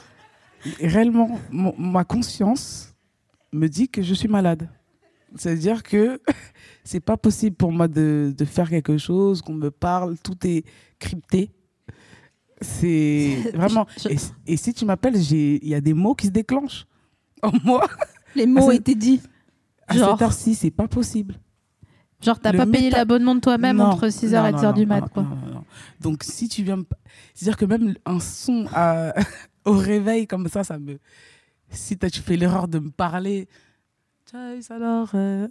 C: Réellement, mon- ma conscience me dit que je suis malade. C'est-à-dire que (laughs) c'est pas possible pour moi de, de faire quelque chose, qu'on me parle, tout est crypté. C'est
B: (laughs)
C: vraiment.
B: Je- je-
C: Et, et si tu m'appelles, j'ai- il y a des mots qui se déclenchent en moi.
B: Les mots
C: Ah, c'est-
B: étaient dits.
C: À
B: Genre,
C: cette heure-ci, c'est pas possible.
B: genre t'as
C: le
B: pas payé
C: méta-
B: l'abonnement de toi-même
C: Non,
B: entre 6h
C: non,
B: et
C: non,
B: 10h du
C: non,
B: mat.
C: non,
B: Quoi.
C: non, non, non. Donc si tu viens me pa- c'est-à-dire que même un son à- (laughs) au réveil comme ça ça me si t'as- tu fais l'erreur de me parler Joyce alors euh,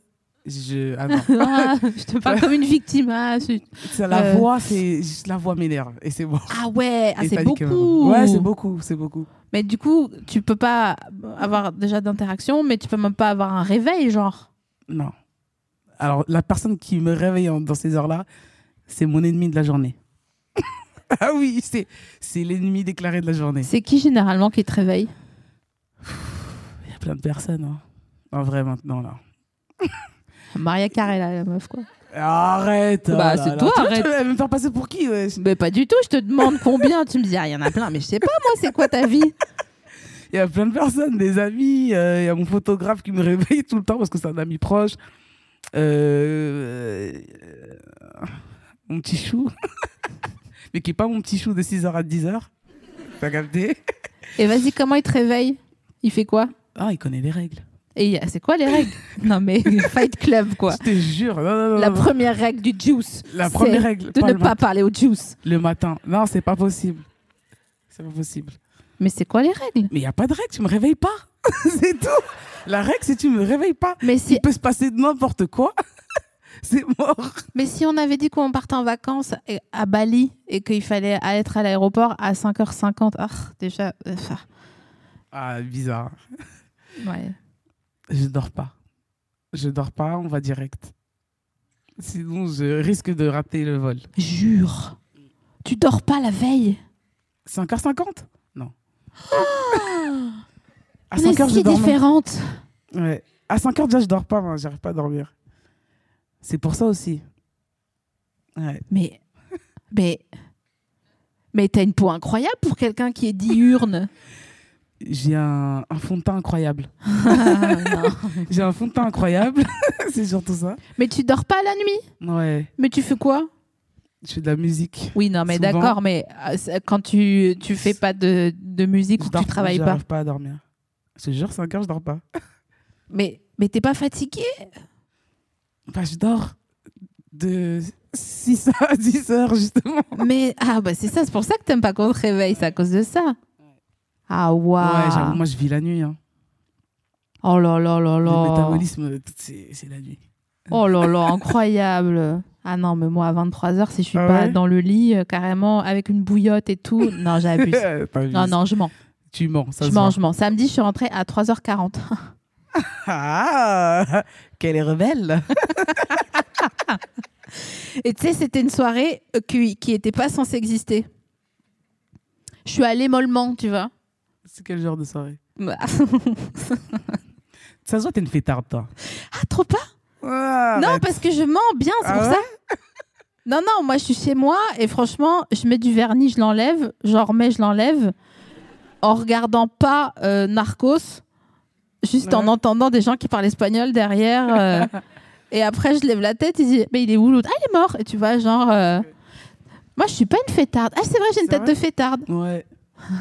C: je
B: (laughs)
C: ah non.
B: Ah, je te parle comme une victime. Ah, c'est-
C: Ça, la
B: Euh.
C: voix c'est juste la voix m'énerve et c'est bon.
B: Ah ouais, ah,
C: Et ça
B: c'est
C: dit que-
B: beaucoup.
C: Ouais, c'est beaucoup, c'est beaucoup.
B: Mais du coup, tu peux pas avoir déjà d'interaction, mais tu peux même pas avoir un réveil, genre.
C: Non. Alors la personne qui me réveille en- dans ces heures-là, c'est mon ennemi de la journée. (laughs) ah oui, c'est c'est l'ennemi déclaré de la journée.
B: C'est qui généralement qui te réveille
C: Il y a plein de personnes hein. en vrai maintenant là.
B: Maria Carré, là, la meuf, quoi.
C: Arrête
B: Bah,
C: oh là
B: c'est
C: là.
B: toi,
C: Tu vois,
B: arrête.
C: Tu vas me faire passer pour qui wesh
B: Mais pas du tout, je te demande combien. tu me dis, ah, il y en a plein, mais je sais pas, moi, c'est quoi ta vie
C: Il y a plein de personnes, des amis, euh, il y a mon photographe qui me (laughs) réveille tout le temps parce que c'est un ami proche. Euh, euh, Mon petit chou, (laughs) mais qui est pas mon petit chou de 6h à 10h. T'as capté
B: Et vas-y, comment il te réveille Il fait quoi
C: Ah, il connaît les règles.
B: Et il y a- c'est quoi les règles Non, mais (laughs) Fight Club, quoi.
C: Je te jure. non, non, non,
B: La
C: non.
B: première règle du juice.
C: La
B: c'est
C: première règle,
B: De
C: pas
B: ne
C: le
B: pas
C: matin.
B: parler au juice.
C: Le matin. Non, c'est pas possible. C'est pas possible.
B: Mais c'est quoi les règles
C: Mais il n'y a pas de règle, tu me réveilles pas. (laughs) c'est tout. La règle, c'est tu me réveilles pas.
B: mais
C: Il
B: si,
C: peut se passer n'importe quoi. (laughs) c'est mort.
B: mais si on avait dit qu'on partait en vacances et- à Bali et qu'il fallait être à l'aéroport à 5h50, ah, déjà, euh, ça,
C: Ah, bizarre.
B: ouais.
C: Je dors pas. Je dors pas, on va direct. Sinon, je risque de rater le vol.
B: Jure. Tu dors pas la veille
C: 5h50 Non. à (laughs)
B: On est
C: 5h, je
B: si
C: dors. non.
B: différente.
C: Ouais. À 5h, déjà, je dors pas, moi. J'arrive pas à dormir. C'est pour ça aussi. Ouais.
B: Mais, mais, mais t'as une peau incroyable pour quelqu'un qui est diurne.
C: J'ai un, un fond de teint incroyable.
B: Ah, non.
C: J'ai un fond de teint incroyable. (laughs) C'est surtout ça.
B: mais tu dors pas la nuit
C: Ouais.
B: Mais tu fais quoi
C: Je fais de la musique.
B: Oui, non, mais
C: Souvent.
B: d'accord, mais euh, c'est- quand tu, tu fais pas de, de musique ou que tu travailles pas,
C: J'arrive pas à dormir. Je te jure, 5 heures, je dors pas.
B: mais, mais t'es pas fatigué
C: Bah, je dors de 6 (laughs) à 10 heures, justement.
B: Mais ah, bah c'est ça, c'est pour ça que t'aimes pas qu'on te réveille, c'est à cause de ça. Ah,
C: Ouais,
B: waouh
C: j'avoue, moi, je vis la nuit. hein.
B: Oh là là là
C: Le
B: là
C: métabolisme, c'est c'est la nuit.
B: Oh là là, incroyable Ah non, mais moi, à 23h, si je suis
C: Ah
B: pas
C: ouais
B: dans le lit, euh, carrément, avec une bouillotte et tout, non, j'abuse.
C: (laughs) (laughs) T'as vu
B: Non,
C: ça.
B: non, je mens.
C: Tu mens, ça
B: je
C: se
B: mens,
C: voit.
B: je mens. Samedi, je suis rentrée à 3h40.
C: Ah, (laughs) qu'elle est rebelle.
B: (laughs) Et tu sais, c'était une soirée euh, qui qui était pas censée exister. Je suis allée mollement, tu vois.
C: (laughs) C'est quel genre de soirée
B: Bah.
C: Ça se voit, t'es une fêtarde, toi.
B: ah, trop pas Non, parce que je mens bien, c'est
C: Ah
B: pour
C: ouais
B: ça. (laughs) Non, non, moi, je suis chez moi et franchement, je mets du vernis, je l'enlève, j'en remets, je l'enlève, en regardant pas euh, Narcos, juste en
C: Ouais.
B: entendant des gens qui parlent espagnol derrière. euh,
C: (laughs)
B: et après, je lève la tête, il dit, mais il est où l'autre Ah, il est mort Et tu vois, genre... euh, Moi, je suis pas une fêtarde. Ah, c'est vrai, j'ai une
C: C'est
B: tête
C: vrai
B: de fêtarde. (laughs)
C: Ouais,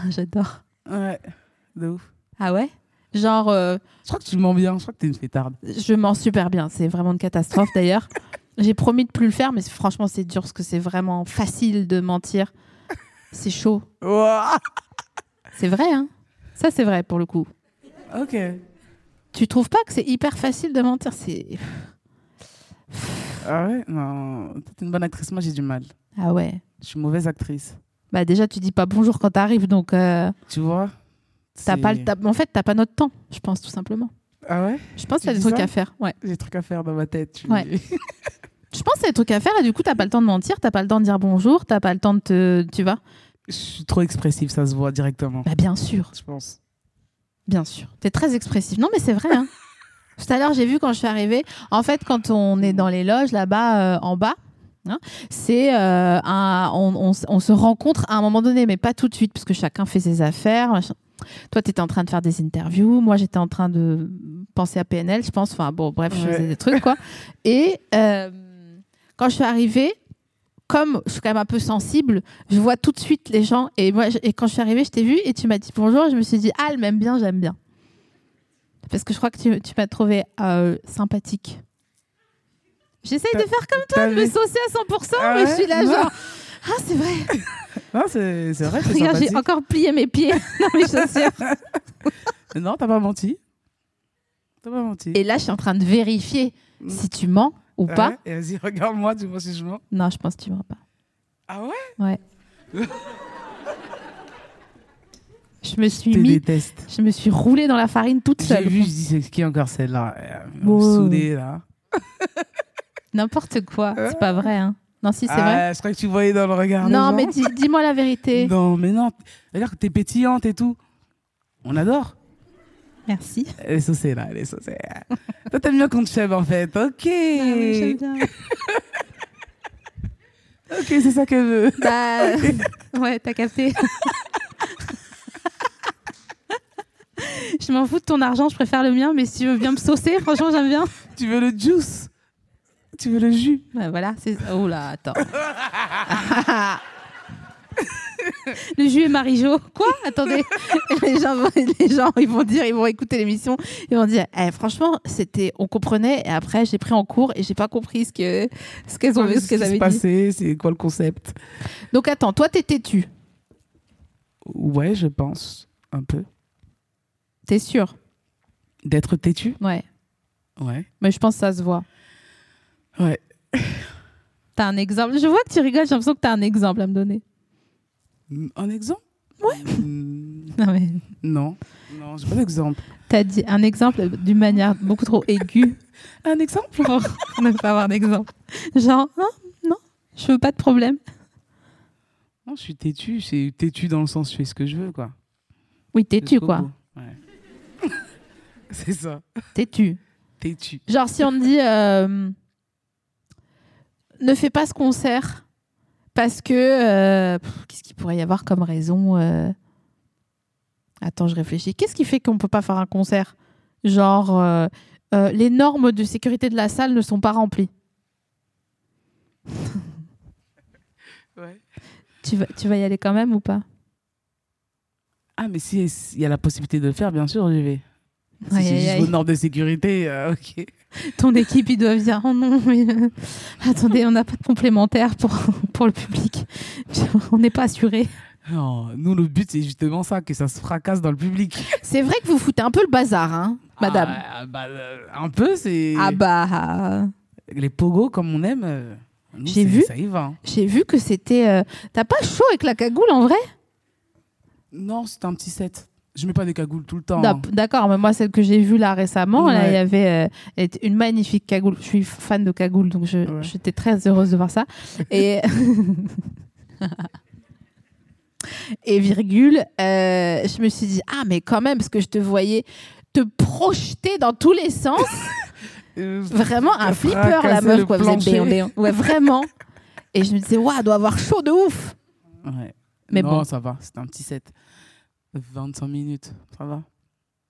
B: J'adore.
C: ouais, de ouf.
B: Ah ouais Genre, euh,
C: Je crois que tu mens bien, je crois que t'es une fêtarde.
B: je mens super bien. C'est vraiment une catastrophe
C: (laughs)
B: d'ailleurs. J'ai promis de plus le faire, mais franchement, c'est dur parce que c'est vraiment facile de mentir. C'est chaud.
C: Ouah.
B: C'est vrai, hein Ça, c'est vrai pour le coup.
C: Ok.
B: Tu trouves pas que c'est hyper facile de mentir C'est.
C: Ah ouais Non, t'es une bonne actrice, moi j'ai du mal.
B: Ah ouais.
C: Je suis mauvaise actrice.
B: Bah, déjà, tu dis pas bonjour quand t'arrives, donc. euh,
C: Tu vois
B: T'as
C: C'est-
B: pas le- t'as- En fait, t'as pas notre temps, je pense, tout simplement.
C: Ah ouais
B: Je pense qu'il y a des
C: Tu dis
B: trucs
C: ça
B: à faire. Ouais.
C: J'ai des trucs à faire dans ma tête. tu
B: Ouais.
C: dis. (laughs)
B: Je pense qu'il y a des trucs à faire et du coup, t'as pas le temps de mentir, t'as pas le temps de dire bonjour, t'as pas le temps de te. Tu vois
C: Je suis trop expressive, ça se voit directement.
B: Bah, bien sûr,
C: Je pense.
B: bien sûr. T'es très expressif. Non, mais c'est vrai, hein. Tout à l'heure, j'ai vu quand je suis arrivée. En fait, quand on est dans les loges là-bas, euh, en bas, hein, c'est euh, un. On, on s- on se rencontre à un moment donné, mais pas tout de suite, parce que chacun fait ses affaires. machin. Toi, t'étais en train de faire des interviews. Moi, j'étais en train de penser à PNL, je pense. Enfin, bon, bref, je
C: Ouais.
B: faisais des trucs, quoi. Et euh, quand je suis arrivée, comme je suis quand même un peu sensible, je vois tout de suite les gens. Et moi, je- et quand je suis arrivée, je t'ai vu et tu m'as dit bonjour. et je me suis dit, ah, elle m'aime bien, j'aime bien. Parce que je crois que tu, tu m'as trouvé euh, sympathique. J'essaye de
C: T'as-
B: faire comme
C: T'as
B: toi, de me
C: vu
B: saucer à 100%,
C: Ah
B: mais
C: ouais
B: je suis là,
C: Non.
B: genre, ah, c'est vrai.
C: Non, c'est c'est vrai, c'est
B: Regarde,
C: sympathique.
B: j'ai encore plié mes pieds (laughs) dans mes chaussures.
C: Non, t'as pas menti. T'as pas menti.
B: Et là, je suis en train de vérifier
C: Mm.
B: si tu mens ou
C: Ouais,
B: pas.
C: Et vas-y, regarde-moi, dis-moi si je mens.
B: Non, je pense que tu mens pas.
C: Ah ouais (laughs)
B: Ouais. je me suis
C: Te
B: mis,
C: déteste.
B: je me suis roulée dans la farine toute
C: J'ai
B: seule.
C: vu, je dis, c'est qui encore celle-là Euh, elle me
B: Wow.
C: saoulait, là.
B: N'importe quoi, c'est pas vrai. Hein. Non, si c'est
C: Euh. Ah,
B: vrai.
C: Je croyais que tu voyais dans le regard. des
B: Non,
C: gens.
B: mais dis- dis-moi la vérité.
C: Non, mais non. C'est-à-dire que t'es pétillante et tout. On adore.
B: Merci.
C: Elle est saucée, là. Elle est saucée. Toi, t'aimes bien qu'on te chève, en fait. Ok.
B: Ah
C: ok, c'est ça qu'elle veut. (laughs)
B: Bah, ouais, t'as capté. je m'en fous de ton argent, je préfère le mien, mais si tu veux bien me saucer, franchement, j'aime bien.
C: Tu veux le juice Tu veux le jus
B: Bah, voilà, c'est. Oh là,
C: (laughs)
B: attends. Le jus et Marie-Jo. Quoi Attendez. Les gens, vont- les gens, ils vont dire, ils vont écouter l'émission, ils vont dire, eh, franchement, c'était, on comprenait, et après, j'ai pris en cours et j'ai pas compris ce que, ce qu'elles ont vu, ce
C: Qu'est-ce qui
B: qu'elles
C: se
B: avaient dit.
C: passait C'est quoi le concept
B: Donc attends, toi, t'es têtu.
C: Ouais, je pense. Un peu.
B: T'es sûr
C: D'être têtu
B: Ouais.
C: Ouais.
B: Mais je pense que ça se voit.
C: Ouais.
B: T'as un exemple. Je vois que tu rigoles, j'ai l'impression que t'as un exemple à me donner.
C: Un exemple Ouais.
B: Non, mais
C: non. Non, j'ai pas d'exemple.
B: t'as dit un exemple d'une manière beaucoup trop aiguë
C: Un exemple
B: pour ne pas avoir d'exemple. Genre, non, non, je veux pas de problème.
C: Non, je suis têtu. C'est têtu dans le sens je fais ce que je veux, quoi.
B: Oui, têtu,
C: Jusqu'au
B: quoi.
C: bout. Ouais. (laughs) C'est ça.
B: Têtu.
C: Têtu.
B: Genre, si on me dit euh, ne fais pas ce concert parce que. euh, pff, Qu'est-ce qu'il pourrait y avoir comme raison euh, Attends, je réfléchis. Qu'est-ce qui fait qu'on peut pas faire un concert Genre, euh, euh, les normes de sécurité de la salle ne sont pas remplies.
C: Ouais.
B: Tu vas, tu vas y aller quand même ou pas
C: Ah, mais si il y a la possibilité de le faire, bien sûr, j'y vais. Si
B: Aïe,
C: c'est
B: aïe,
C: juste
B: aïe.
C: aux normes de sécurité, euh, ok.
B: Ton équipe, ils doivent dire oh non, mais, euh, attendez, on n'a pas de complémentaire pour, pour le public. on n'est pas assuré.
C: Non, nous, le but, c'est justement ça, que ça se fracasse dans le public.
B: C'est vrai que vous foutez un peu le bazar, hein, (laughs) madame.
C: Ah, bah, euh, un peu, c'est.
B: Ah bah, euh,
C: Les pogos, comme on aime, euh, nous,
B: J'ai
C: c'est-
B: vu.
C: ça y va. hein.
B: j'ai vu que c'était. euh, T'as pas chaud avec la cagoule en vrai
C: Non, c'est un petit set. Je mets pas des cagoules tout le temps. hein.
B: D'ac- D'accord, mais moi celle que j'ai vue là récemment, là,
C: Ouais.
B: il y avait euh, elle était une magnifique cagoule. Je suis fan de cagoule, donc je-
C: Ouais.
B: j'étais très heureuse de voir ça.
C: (laughs)
B: Et et virgule, euh, je me suis dit ah mais quand même parce que je te voyais te projeter dans tous les sens. (laughs)
C: Euh,
B: Vraiment un
C: (laughs) T'as
B: flipper la
C: fracassé
B: meuf
C: Ah, le
B: quoi, vous êtes
C: plancher.
B: béon, béon. Ouais, vraiment. Et je me disais waouh, elle doit avoir chaud de ouf.
C: Ouais.
B: Mais
C: non,
B: bon.
C: ça va, c'est un petit set. 25 minutes, ça va.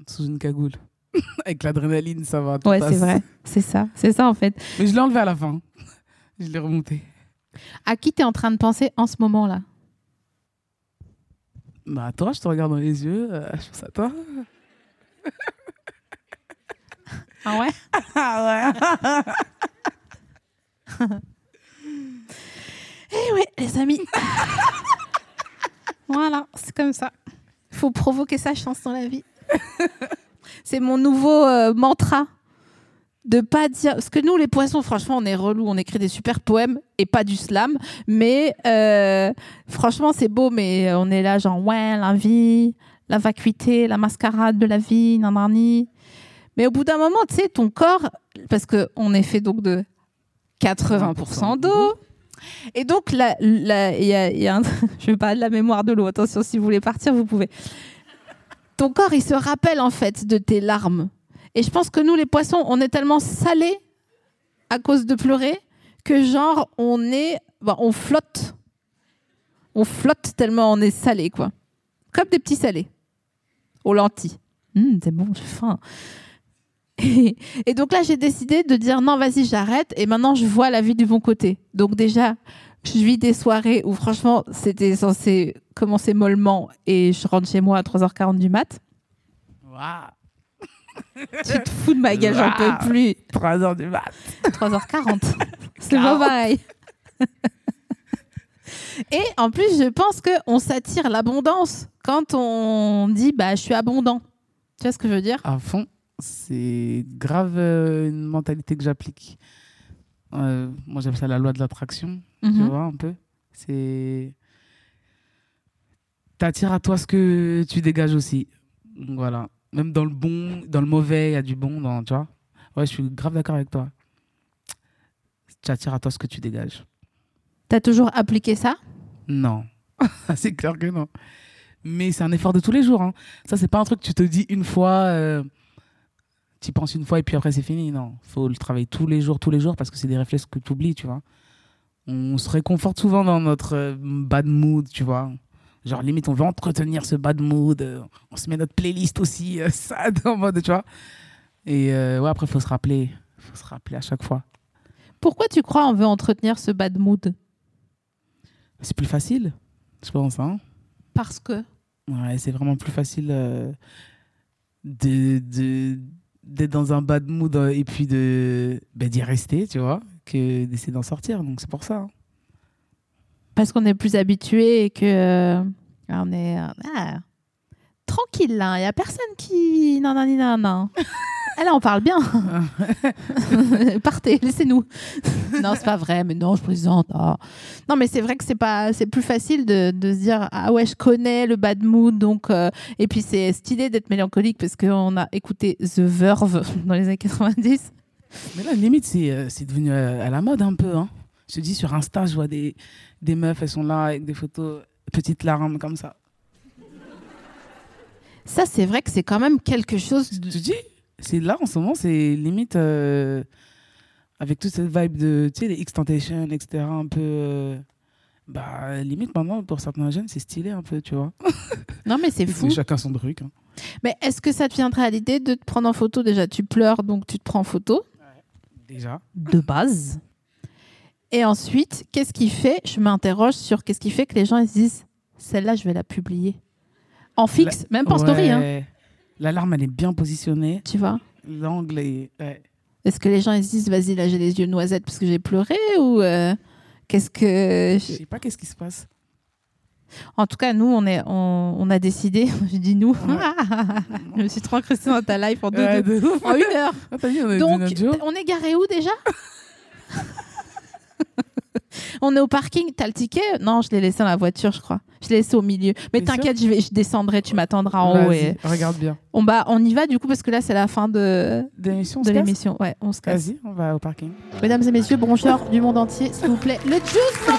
C: Sous une cagoule. (laughs) Avec l'adrénaline, ça va. tout
B: Ouais, c'est
C: passe.
B: vrai, c'est ça, c'est ça en fait.
C: Mais je l'ai enlevé à la fin. (laughs) Je l'ai remonté.
B: À qui t'es en train de penser en ce moment là
C: Bah, toi, je te regarde dans les yeux, euh, je pense à toi.
B: Ah ouais
C: Ah ouais (laughs)
B: Eh ouais, les amis. voilà, c'est comme ça. Faut provoquer sa chance dans la vie. c'est mon nouveau euh, mantra. De pas dire. Parce que nous, les poissons, franchement, on est relous. On écrit des super poèmes et pas du slam. Mais euh, franchement, c'est beau, mais on est là, genre, ouais, la vie, la vacuité, la mascarade de la vie, nanani. Mais au bout d'un moment, tu sais, ton corps, parce qu'on est fait donc de 80% d'eau. Et donc, là, là, il y a, il y a un- (laughs) je vais pas de la mémoire de l'eau. Attention, si vous voulez partir, vous pouvez. Ton corps, il se rappelle en fait de tes larmes. Et je pense que nous, les poissons, on est tellement salés à cause de pleurer que genre on est, bah, on flotte, on flotte tellement on est salé quoi, comme des petits salés aux lentilles. Hum, c'est bon, j'ai faim. (laughs) Et, et donc là, j'ai décidé de dire non, vas-y, j'arrête. Et maintenant, je vois la vie du bon côté. Donc déjà, je vis des soirées où franchement, c'était censé commencer mollement et je rentre chez moi à 3h40 du mat.
C: Waouh,
B: Tu te fous de ma gueule, j'en peux plus.
C: 3 heures du mat.
B: 3h40.
C: (laughs)
B: C'est pas pareil. (laughs) Et en plus, je pense qu'on s'attire l'abondance quand on dit bah, je suis abondant. Tu vois ce que je veux dire
C: À fond, c'est grave euh, une mentalité que j'applique. Euh, moi, j'appelle ça la loi de l'attraction. tu
B: Mhm.
C: vois, un peu. C'est. T'attires à toi ce que tu dégages aussi. Donc, Voilà. Même dans le bon, dans le mauvais, il y a du bon, dans, tu vois. Ouais, je suis grave d'accord avec toi. Tu attires à toi ce que tu dégages.
B: T'as toujours appliqué ça
C: Non. (laughs) c'est clair que non. Mais c'est un effort de tous les jours. hein. Ça, c'est pas un truc que tu te dis une fois, euh, tu penses une fois et puis après c'est fini. Non. Faut le travailler tous les jours, tous les jours parce que c'est des réflexes que tu oublies, tu vois. On se réconforte souvent dans notre euh, bad mood, tu vois. Genre limite, on veut entretenir ce bad mood. euh, on se met notre playlist aussi euh, (laughs) sad en mode, tu vois. Et euh, ouais, après, faut se rappeler. Faut se rappeler à chaque fois.
B: Pourquoi tu crois on veut entretenir ce bad mood
C: C'est plus facile, je pense, hein.
B: Parce que.
C: Ouais, c'est vraiment plus facile euh, de, de- d'être dans un bad mood euh, et puis de, ben, d'y rester, tu vois, que d'essayer d'en sortir. Donc c'est pour ça. hein.
B: Parce qu'on est plus habitué et que. euh, on est. euh, ah, tranquille, là. Il n'y a personne qui. Non, non, non, non, non. Ah là, on parle bien. Partez, laissez-nous. (laughs) non, c'est pas vrai, mais non, je présente. Non, mais c'est vrai que c'est pas, c'est plus facile de, de se dire ah ouais, je connais le bad mood, donc euh, et puis c'est cette idée d'être mélancolique parce qu'on a écouté The Verve (laughs) dans les années 90.
C: Mais là, limite, c'est, euh, c'est devenu euh, à la mode un peu. Hein. Je te dis, sur Insta, je vois des, des meufs, elles sont là avec des photos, petites larmes comme ça.
B: Ça, c'est vrai que c'est quand même quelque chose.
C: Je
B: de-
C: te dis, c'est là en ce moment, c'est limite euh, avec toute cette vibe de, tu sais, les X-Tentation, etc. Un peu. euh, bah, limite, maintenant, pour certains jeunes, c'est stylé un peu, tu vois.
B: Non, mais c'est
C: Mais
B: fou.
C: Chacun son truc. hein.
B: Mais est-ce que ça te viendrait à l'idée de te prendre en photo Déjà, tu pleures, donc tu te prends en photo,
C: Déjà.
B: de base. Et ensuite, qu'est-ce qui fait Je m'interroge sur qu'est-ce qui fait que les gens ils se disent celle-là, je vais la publier. En fixe, même pas en story, hein,
C: Ouais. L'alarme, elle est bien positionnée.
B: tu vois.
C: L'angle est. ouais.
B: Est-ce que les gens ils se disent vas-y, là, j'ai les yeux noisettes parce que j'ai pleuré Ou euh, qu'est-ce que.
C: Je sais pas qu'est-ce qui se passe.
B: En tout cas, nous, on, est, on, on a décidé, (laughs) je dis nous, je me suis trop incrustée dans ta live en, deux,
C: Ouais,
B: deux-
C: de ouf.
B: en une heure.
C: Ah, t'as vu, on est
B: Donc,
C: de notre jour.
B: on est garé où déjà (laughs) On est au parking, t'as le ticket Non, je l'ai laissé dans la voiture, je crois. Je l'ai laissé au milieu. Mais
C: T'es
B: t'inquiète, je, vais- je descendrai, tu m'attendras en haut.
C: Vas-y,
B: Et...
C: Regarde bien.
B: On, bah, on y va du coup, parce que là, c'est la fin de,
C: De l'émission, on
B: de
C: se casse
B: l'émission. Ouais, on se casse.
C: Vas-y, on va au parking.
B: Mesdames et messieurs, broncheurs du monde entier, s'il vous plaît, le juice for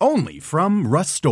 E: Only from Rust